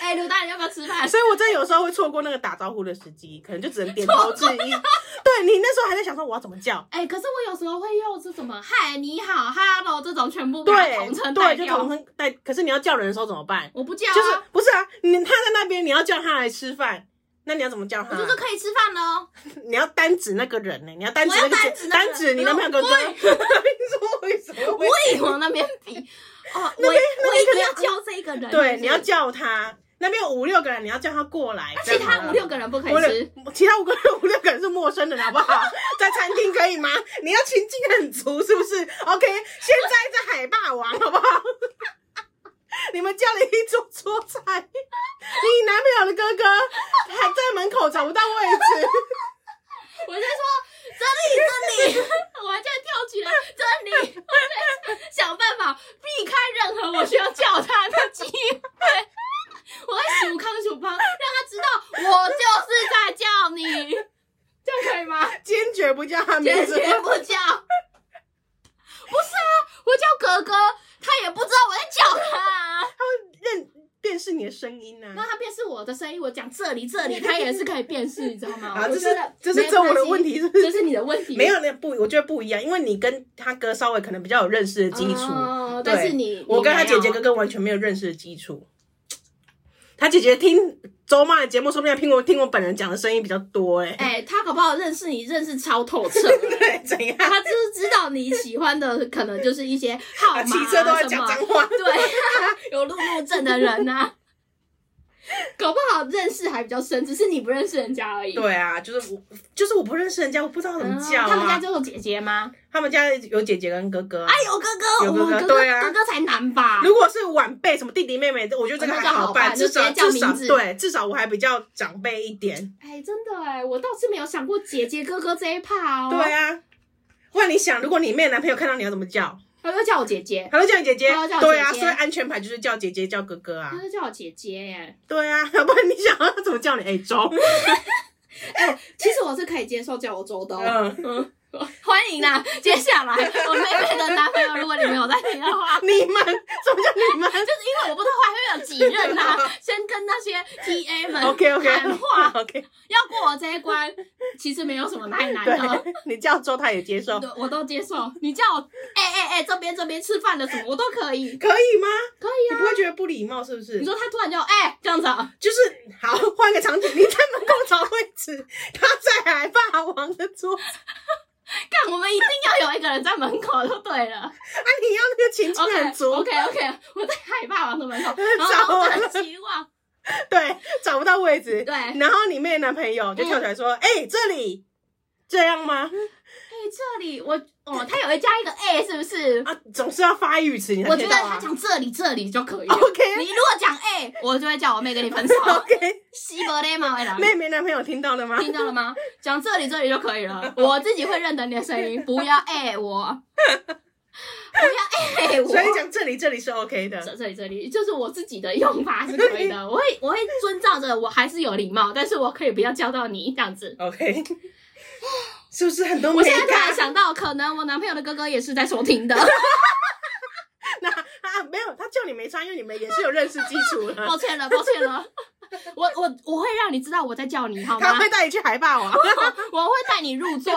[SPEAKER 1] 哎、卤蛋，你要不要吃饭？
[SPEAKER 2] 所以，我真的有时候会错过那个打招呼的时机，可能就只能点头致意。对你那时候还在想说我要怎么叫，
[SPEAKER 1] 哎、可是我有时候会用是什么“嗨，你好，hello” 这种全部把它统
[SPEAKER 2] 对
[SPEAKER 1] 称代
[SPEAKER 2] 对，就
[SPEAKER 1] 表
[SPEAKER 2] 统，称代。可是你要叫人的时候怎么办？
[SPEAKER 1] 我不叫啊，
[SPEAKER 2] 就是不是啊？你他在那边，你要叫他来吃饭，那你要怎么叫他
[SPEAKER 1] 我？就说可以吃饭喽。
[SPEAKER 2] 你要单指那个人呢、你要单指
[SPEAKER 1] 我要
[SPEAKER 2] 那个
[SPEAKER 1] 单
[SPEAKER 2] 姐
[SPEAKER 1] 指那个人
[SPEAKER 2] 单指你男朋友哥哥。
[SPEAKER 1] 对
[SPEAKER 2] 你说为什么会？
[SPEAKER 1] 我以往那边比，哦，我我一定要叫这个人，
[SPEAKER 2] 对，
[SPEAKER 1] 是不是
[SPEAKER 2] 你要，叫他。那边有五六个人，你要叫他过来。啊
[SPEAKER 1] 那其他五六个人不可以吃。
[SPEAKER 2] 人，其他五个人五六个人是陌生人，好不 好？在餐厅可以吗？你要情境很足，是不是？OK，现在在海霸王，好不好？ 你们叫了一桌桌菜，你男朋友的哥哥还在门口找不到位置。
[SPEAKER 1] 我就说这里这里，我就跳起来这里，我在想办法避开任何我需要叫他的机会。我会数康数康，让他知道我就是在叫你，这样可以吗？
[SPEAKER 2] 坚决不叫他名
[SPEAKER 1] 坚
[SPEAKER 2] 字。
[SPEAKER 1] 决不叫。不是啊，我叫哥哥，他也不知道我在叫他、啊。
[SPEAKER 2] 认辨识你的声音啊呢、
[SPEAKER 1] 那他辨识我的声音，我讲这里 这里，他也是可以辨识，你知道吗？
[SPEAKER 2] 啊，
[SPEAKER 1] 我
[SPEAKER 2] 这
[SPEAKER 1] 觉
[SPEAKER 2] 是
[SPEAKER 1] 得
[SPEAKER 2] 这是
[SPEAKER 1] 没
[SPEAKER 2] 这我的
[SPEAKER 1] 关系
[SPEAKER 2] 问，题，是不
[SPEAKER 1] 这
[SPEAKER 2] 是？
[SPEAKER 1] 是你的问题。哦
[SPEAKER 2] 没有那不，我觉得不一样，因为你跟他哥稍微可能比较有认识的基础，
[SPEAKER 1] 哦、
[SPEAKER 2] 对
[SPEAKER 1] 但是你
[SPEAKER 2] 我跟他姐姐
[SPEAKER 1] 哥
[SPEAKER 2] 哥哥完全没有认识的基础。他姐姐听周妈的节目，说不定还听我听我本人讲的声音比较多哎、
[SPEAKER 1] 哎、他搞不好认识你认识超透彻。
[SPEAKER 2] 对， 怎样？
[SPEAKER 1] 他就是知道你喜欢的，可能就是一些号码、
[SPEAKER 2] 啊
[SPEAKER 1] 啊、
[SPEAKER 2] 骑车都在
[SPEAKER 1] 什
[SPEAKER 2] 讲
[SPEAKER 1] 么
[SPEAKER 2] 脏话，
[SPEAKER 1] 对、 有路怒症的人呐、搞不好认识还比较深，只是你不认识人家而已。
[SPEAKER 2] 对啊，就是我，就是我不认识人家，我不知道
[SPEAKER 1] 嗯，
[SPEAKER 2] 怎么叫、啊
[SPEAKER 1] 他们家就有姐姐吗？
[SPEAKER 2] 他们家有姐姐跟哥哥、啊。
[SPEAKER 1] 哎，有哥哥，
[SPEAKER 2] 有哥哥
[SPEAKER 1] 我哥
[SPEAKER 2] 对啊
[SPEAKER 1] 哥哥才难吧？
[SPEAKER 2] 如果是晚辈，什么弟弟妹妹，我觉得这个
[SPEAKER 1] 那
[SPEAKER 2] 还
[SPEAKER 1] 就好
[SPEAKER 2] 办，
[SPEAKER 1] 办
[SPEAKER 2] 至
[SPEAKER 1] 就
[SPEAKER 2] 少
[SPEAKER 1] 直接叫
[SPEAKER 2] 至少
[SPEAKER 1] 名字
[SPEAKER 2] 对，至少我还比较长辈一点。
[SPEAKER 1] 哎，真的哎，我倒是没有想过姐姐哥哥这一趴哦。
[SPEAKER 2] 对，啊，不然你想，如果你妹的男朋友看到你要怎么叫？
[SPEAKER 1] 他都叫我姐姐，
[SPEAKER 2] 他都叫你姐姐，
[SPEAKER 1] 他都叫我
[SPEAKER 2] 对啊，
[SPEAKER 1] 姐姐
[SPEAKER 2] 所以安全牌就是叫姐姐叫哥哥啊
[SPEAKER 1] 他，都叫我姐姐耶。
[SPEAKER 2] 对啊， 要不然你想要怎么叫你？哎、周，
[SPEAKER 1] 其实我是可以接受叫我周的、哦。
[SPEAKER 2] 嗯，
[SPEAKER 1] 嗯， 欢迎啦！接下来我妹妹的男朋友，如果你没有在听的话，
[SPEAKER 2] 你们怎么叫你们？
[SPEAKER 1] 就是因为我不知道还会有几任啦、先跟那些 T A 们
[SPEAKER 2] OK OK
[SPEAKER 1] 喊话，
[SPEAKER 2] OK，
[SPEAKER 1] 要过我这一关，其实没有什么太难的。
[SPEAKER 2] 对， 你叫周他也接受，
[SPEAKER 1] 对我都接受，你叫我哎哎哎，这边这边吃饭的什么我都可以，
[SPEAKER 2] 可以吗？
[SPEAKER 1] 可以
[SPEAKER 2] 你
[SPEAKER 1] 啊。
[SPEAKER 2] 不会觉得不礼貌是不是
[SPEAKER 1] 你？说他突然就哎、这样子、啊，
[SPEAKER 2] 就是好，换个场景，你在门口找位置， 他在海霸王的桌，啊，
[SPEAKER 1] 干我们一定要有一个人在门口就对 了。
[SPEAKER 2] 你要那个情境
[SPEAKER 1] OK
[SPEAKER 2] 很足啊
[SPEAKER 1] OK OK，我在海霸王的门口，然
[SPEAKER 2] 找
[SPEAKER 1] 后
[SPEAKER 2] 我
[SPEAKER 1] 很期望，
[SPEAKER 2] 对，找不到位置，
[SPEAKER 1] 对，嗯哎、
[SPEAKER 2] 然后你妹的男朋友就跳起来说：“哎、这里。”这样吗？
[SPEAKER 1] 嗯这里我哦，他有一加一个 A 是不是？
[SPEAKER 2] 啊，总是要发语词，你才
[SPEAKER 1] 我
[SPEAKER 2] 听
[SPEAKER 1] 觉
[SPEAKER 2] 得
[SPEAKER 1] 得
[SPEAKER 2] 到
[SPEAKER 1] 他
[SPEAKER 2] 啊。哦
[SPEAKER 1] 讲这里这里就可以了。
[SPEAKER 2] OK
[SPEAKER 1] 你如果讲 A，我就会叫我妹跟你分手。
[SPEAKER 2] OK，
[SPEAKER 1] 西伯勒嘛， 哎
[SPEAKER 2] 妹妹男朋友听到了吗？
[SPEAKER 1] 听到了吗？讲这里这里就可以了，我自己会认得你的声音，不要哎、我，不要哎、我。
[SPEAKER 2] 所以讲这里这里是 OK 的。
[SPEAKER 1] 这这里这里就是我自己的用法是可以的，我会我会遵照着，我还是有礼貌，但是我可以不要教到你这样子。
[SPEAKER 2] OK，是不是很多
[SPEAKER 1] 我
[SPEAKER 2] 美
[SPEAKER 1] 现在突然
[SPEAKER 2] 感？
[SPEAKER 1] 想到，可能我男朋友的哥哥也是在收听的，
[SPEAKER 2] 那啊，没有，他叫你没差，因为你们也是有认识基 础的。
[SPEAKER 1] 抱歉了，抱歉了。我我我会让你知道我在叫你好吗
[SPEAKER 2] 他？会带你去海霸王，
[SPEAKER 1] 我会带你入座，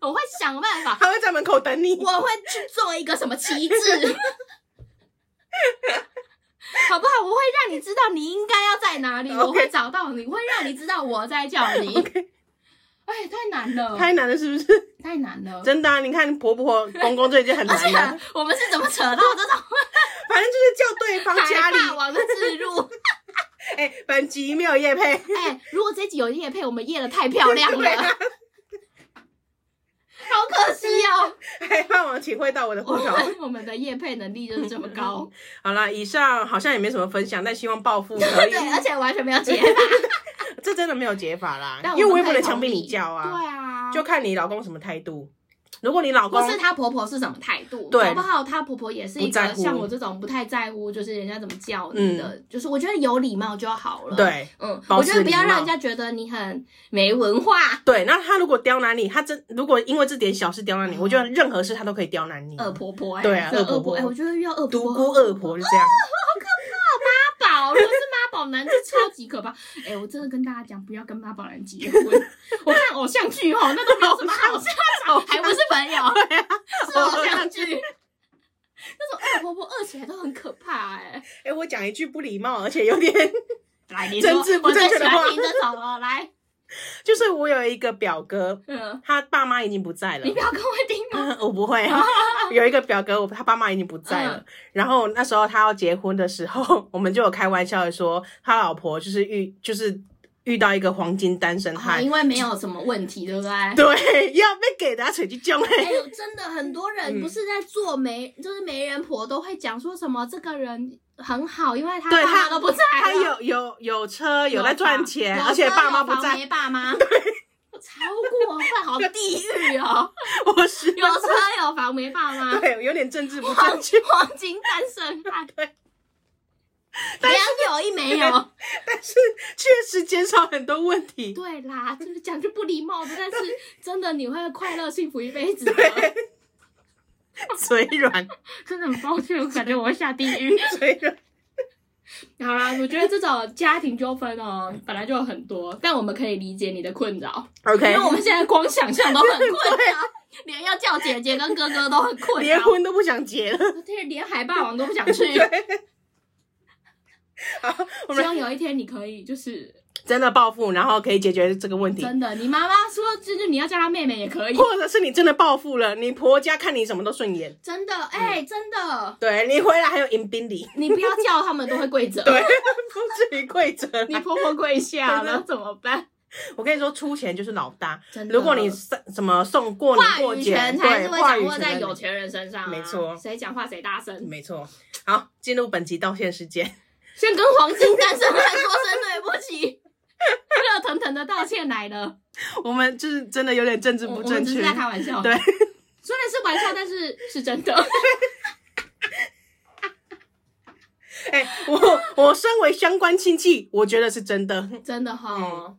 [SPEAKER 1] 我会想办法，
[SPEAKER 2] 他会在门口等你。
[SPEAKER 1] 我会去做一个什么旗帜，好不好？我会让你知道你应该要在哪里
[SPEAKER 2] OK
[SPEAKER 1] 我会找到你，我会让你知道我在叫你。
[SPEAKER 2] OK，
[SPEAKER 1] 哎，太难了，
[SPEAKER 2] 太难了，是不是？
[SPEAKER 1] 太难了。哎
[SPEAKER 2] 真的、啊，你看婆婆公公这已经很
[SPEAKER 1] 而
[SPEAKER 2] 难
[SPEAKER 1] 且
[SPEAKER 2] 了，
[SPEAKER 1] 我们是怎么扯到这种
[SPEAKER 2] 反正就是叫对方家
[SPEAKER 1] 海
[SPEAKER 2] 里。
[SPEAKER 1] 霸王的置入？
[SPEAKER 2] 哎、本集没有叶配，
[SPEAKER 1] 哎，如果这集有夜配，我们夜的太漂 亮
[SPEAKER 2] 对
[SPEAKER 1] 了，
[SPEAKER 2] 啊
[SPEAKER 1] 好可惜哦。
[SPEAKER 2] 海霸王请会到我的户
[SPEAKER 1] 我
[SPEAKER 2] 头。
[SPEAKER 1] 们我们的夜配能力就是这么高，
[SPEAKER 2] 好啦，以上好像也没什么分享，但希望暴富可 以
[SPEAKER 1] 对。，而且完全没有解法。
[SPEAKER 2] 这真的没有解法啦，
[SPEAKER 1] 但
[SPEAKER 2] 因为
[SPEAKER 1] 我
[SPEAKER 2] 我也
[SPEAKER 1] 们
[SPEAKER 2] 不
[SPEAKER 1] 可以
[SPEAKER 2] 能强
[SPEAKER 1] 同
[SPEAKER 2] 逼你
[SPEAKER 1] 理
[SPEAKER 2] 叫啊，
[SPEAKER 1] 对啊，
[SPEAKER 2] 就看你老公什么态度。如果你老公
[SPEAKER 1] 或是她婆婆是什么态度，
[SPEAKER 2] 对
[SPEAKER 1] 搞不好她婆婆也是一
[SPEAKER 2] 不在
[SPEAKER 1] 个
[SPEAKER 2] 乎
[SPEAKER 1] 像我这种不太在乎，就是人家怎么叫你的，就是我觉得有礼貌就好了。，
[SPEAKER 2] 嗯对
[SPEAKER 1] 嗯，
[SPEAKER 2] 保
[SPEAKER 1] 我
[SPEAKER 2] 持
[SPEAKER 1] 觉得不要
[SPEAKER 2] 礼貌
[SPEAKER 1] 让人家觉得你很没文化。
[SPEAKER 2] 对，那他如果刁难你，他真如果因为这点小事刁难你，我觉得任何事他都可以刁难你。
[SPEAKER 1] 哦恶婆婆、欸，
[SPEAKER 2] 对啊
[SPEAKER 1] 这
[SPEAKER 2] 恶婆
[SPEAKER 1] 恶
[SPEAKER 2] 婆
[SPEAKER 1] 婆，哎、我觉得遇到恶婆
[SPEAKER 2] 独
[SPEAKER 1] 婆，
[SPEAKER 2] 孤恶婆就这样。
[SPEAKER 1] 妈宝，如果是妈宝男，就超级可怕。哎、我真的跟大家讲，不要跟妈宝男结婚。我看偶像剧哦，那都没有什么好下场，还不是朋友， 是偶像剧。那种恶婆婆恶起来都很可怕哎、
[SPEAKER 2] 哎、我讲一句不礼貌，而且有点，
[SPEAKER 1] 来，哎你
[SPEAKER 2] 政治不正确的话
[SPEAKER 1] 我最喜欢听这种了。来，
[SPEAKER 2] 就是我有一个表哥，
[SPEAKER 1] 嗯，
[SPEAKER 2] 他爸妈已经不在了
[SPEAKER 1] 你。表哥会听哦 吗？
[SPEAKER 2] 嗯 我不会，有一个表哥，我他爸妈已经不在
[SPEAKER 1] 嗯
[SPEAKER 2] 了。然后那时候他要结婚的时候， 我们就有开玩笑的说，他老婆就是遇就是遇到一个黄金单身
[SPEAKER 1] 啊，
[SPEAKER 2] 汉，
[SPEAKER 1] 因为没有什么问题，对不对？哎
[SPEAKER 2] 对，要被给的扯去囧哎。
[SPEAKER 1] 呦，真的很多人不是在做媒，就是媒人婆都会讲说什么这个人很好，因为他
[SPEAKER 2] 对
[SPEAKER 1] 爸
[SPEAKER 2] 他
[SPEAKER 1] 妈都不在啊了，
[SPEAKER 2] 他有有有车，有在赚钱，
[SPEAKER 1] 房
[SPEAKER 2] 而且
[SPEAKER 1] 有车
[SPEAKER 2] 爸妈
[SPEAKER 1] 有
[SPEAKER 2] 不
[SPEAKER 1] 房
[SPEAKER 2] 在。
[SPEAKER 1] 没爸妈，对，超过分，好地狱哦！
[SPEAKER 2] 我是
[SPEAKER 1] 有车有房没爸妈，
[SPEAKER 2] 对，有点政治不
[SPEAKER 1] 黄
[SPEAKER 2] 正确，
[SPEAKER 1] 黄金单身汉，
[SPEAKER 2] 对，
[SPEAKER 1] 良有一哦没有。
[SPEAKER 2] 但是确实减少很多问题。
[SPEAKER 1] 对啦，就是讲句不礼貌的，但是真的你会快乐幸福一辈子的。
[SPEAKER 2] 对， 嘴软，
[SPEAKER 1] 真的很抱歉，我感觉我会下地狱。
[SPEAKER 2] 嘴软。
[SPEAKER 1] 好啦，我觉得这种家庭纠纷哦，本来就有很多，但我们可以理解你的困扰，因
[SPEAKER 2] OK，
[SPEAKER 1] 为我们现在光想象都很困扰，连要叫姐姐跟哥哥都很困
[SPEAKER 2] 连
[SPEAKER 1] 扰，
[SPEAKER 2] 婚都不想结了。
[SPEAKER 1] 连连海霸王都不想去。
[SPEAKER 2] 好，我
[SPEAKER 1] 希
[SPEAKER 2] 们
[SPEAKER 1] 望有一天你可以就是
[SPEAKER 2] 真的暴富，然后可以解决这个问题。
[SPEAKER 1] 真的，你妈妈说就是你要叫她妹妹也可以，
[SPEAKER 2] 或者是你真的暴富了，你婆家看你什么都顺眼，
[SPEAKER 1] 真的，哎、真的，
[SPEAKER 2] 对你回来还有迎宾礼，
[SPEAKER 1] 你不要叫他们都会跪着，
[SPEAKER 2] 对，不至于跪着。
[SPEAKER 1] 你婆婆跪下
[SPEAKER 2] 真
[SPEAKER 1] 了怎么办？
[SPEAKER 2] 我跟你说，出钱就是老大。
[SPEAKER 1] 真的
[SPEAKER 2] 如果你送什么送过年
[SPEAKER 1] 话
[SPEAKER 2] 过
[SPEAKER 1] 语
[SPEAKER 2] 节，
[SPEAKER 1] 权才
[SPEAKER 2] 对，
[SPEAKER 1] 是会
[SPEAKER 2] 话
[SPEAKER 1] 掌
[SPEAKER 2] 语
[SPEAKER 1] 握在
[SPEAKER 2] 权
[SPEAKER 1] 有钱人身上、啊，
[SPEAKER 2] 没错
[SPEAKER 1] 谁讲话谁大声。
[SPEAKER 2] 没错。好，进入本集道歉时间。
[SPEAKER 1] 先跟黄金单身汉说声对不起， 热腾腾的道歉来了。
[SPEAKER 2] 我们就是真的有点政治
[SPEAKER 1] 我
[SPEAKER 2] 不
[SPEAKER 1] 我
[SPEAKER 2] 正
[SPEAKER 1] 们只
[SPEAKER 2] 确
[SPEAKER 1] 是，在开玩笑，
[SPEAKER 2] 对，
[SPEAKER 1] 虽然是玩笑，但是是真的。
[SPEAKER 2] 哎、我我身为相关亲戚，我觉得是真的，
[SPEAKER 1] 真的哈、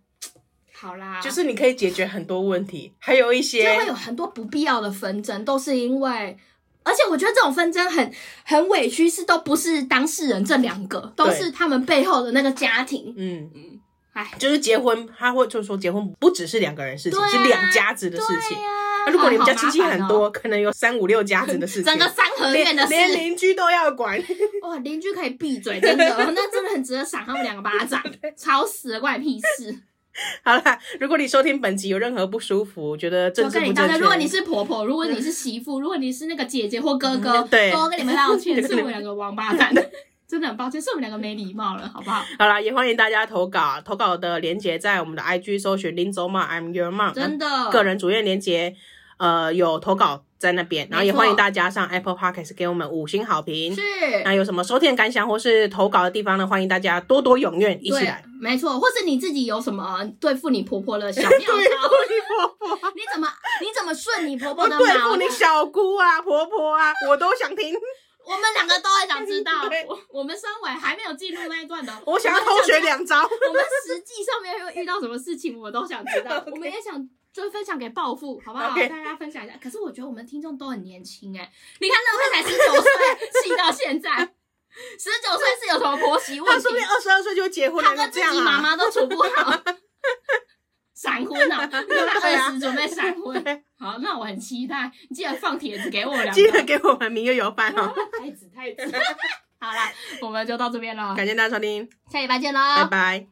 [SPEAKER 1] 好啦，
[SPEAKER 2] 嗯就是你可以解决很多问题，还有一
[SPEAKER 1] 就
[SPEAKER 2] 些
[SPEAKER 1] 会有很多不必要的纷争，都是因为，而且我觉得这种纷争很很委屈，是都不是当事人这两个，都
[SPEAKER 2] 对
[SPEAKER 1] 是他们背后的那个家庭。
[SPEAKER 2] 嗯，
[SPEAKER 1] 哎，
[SPEAKER 2] 就是结婚，他会就说结婚不只是两个人事情，
[SPEAKER 1] 对啊
[SPEAKER 2] 是两家子的
[SPEAKER 1] 对
[SPEAKER 2] 事情。
[SPEAKER 1] 呀、
[SPEAKER 2] 那如果你们家
[SPEAKER 1] 好
[SPEAKER 2] 亲戚
[SPEAKER 1] 麻烦
[SPEAKER 2] 很
[SPEAKER 1] 哦
[SPEAKER 2] 多，，可能有三五六家子 的事情，
[SPEAKER 1] 整个三合院的事，
[SPEAKER 2] 连连邻居都要管。
[SPEAKER 1] 哇，邻居可以闭嘴，真的， 那真的很值得赏他们两个巴 掌，吵死了，关你屁事！
[SPEAKER 2] 好啦，如果你收听本集有任何不舒服，觉得政
[SPEAKER 1] 就
[SPEAKER 2] 治
[SPEAKER 1] 跟
[SPEAKER 2] 不
[SPEAKER 1] 你道
[SPEAKER 2] 正确，
[SPEAKER 1] 歉。如果你是婆婆，如果你是媳妇，如果你是那个姐姐或哥哥，
[SPEAKER 2] 嗯对
[SPEAKER 1] 都跟你们道歉，
[SPEAKER 2] 对
[SPEAKER 1] 是我们两个王八蛋，真的很抱歉，是我们两个没礼貌了，好不 好？
[SPEAKER 2] 好啦，也欢迎大家投稿，投稿的连接在我们的 IG 搜寻林走马 I'm Your Mom，
[SPEAKER 1] 真的，
[SPEAKER 2] 个人主页连接，呃，有投稿在那边，然后也
[SPEAKER 1] 没错
[SPEAKER 2] 欢迎大家上 Apple Podcast 给我们五星好评。
[SPEAKER 1] 是
[SPEAKER 2] 那有什么收听感想或是投稿的地方呢？欢迎大家多多踊跃，一起
[SPEAKER 1] 对
[SPEAKER 2] 来。，
[SPEAKER 1] 没错，或是你自己有什么对付你婆婆的小妙 招？
[SPEAKER 2] 对付你婆婆，
[SPEAKER 1] 你怎么你怎么顺你婆婆
[SPEAKER 2] 哦我
[SPEAKER 1] 的
[SPEAKER 2] 对
[SPEAKER 1] 毛
[SPEAKER 2] 付？你小姑啊、婆婆啊，我都想听。
[SPEAKER 1] 我们两个都很想知道
[SPEAKER 2] 对。
[SPEAKER 1] 我我们身为还没有进入那一段的，
[SPEAKER 2] 我想要
[SPEAKER 1] 们
[SPEAKER 2] 偷学两招。
[SPEAKER 1] 我们实际上面会遇到什么事情，我都想知 道。我们也想就分享给暴富，好不好
[SPEAKER 2] OK
[SPEAKER 1] 大家分享一下。可是我觉得我们听众都很年轻哎、你看乐佩才十九岁，气到现在，十九岁是有什么婆媳
[SPEAKER 2] 他
[SPEAKER 1] 问题
[SPEAKER 2] 说不？定二十二岁就结婚
[SPEAKER 1] 他
[SPEAKER 2] 了，
[SPEAKER 1] 跟
[SPEAKER 2] 就
[SPEAKER 1] 自
[SPEAKER 2] 这样
[SPEAKER 1] 己妈
[SPEAKER 2] 啊。
[SPEAKER 1] 妈都处不好，闪婚啊！二十准备闪婚。
[SPEAKER 2] 对啊
[SPEAKER 1] 好，那我很期待，你记得放帖子给我两
[SPEAKER 2] 记得
[SPEAKER 1] 个。
[SPEAKER 2] 给我们明月有饭哦。
[SPEAKER 1] 太 子太子，好啦，我们就到这边了，
[SPEAKER 2] 感谢大家收听，
[SPEAKER 1] 下礼拜见
[SPEAKER 2] 拜
[SPEAKER 1] 喽，
[SPEAKER 2] 拜。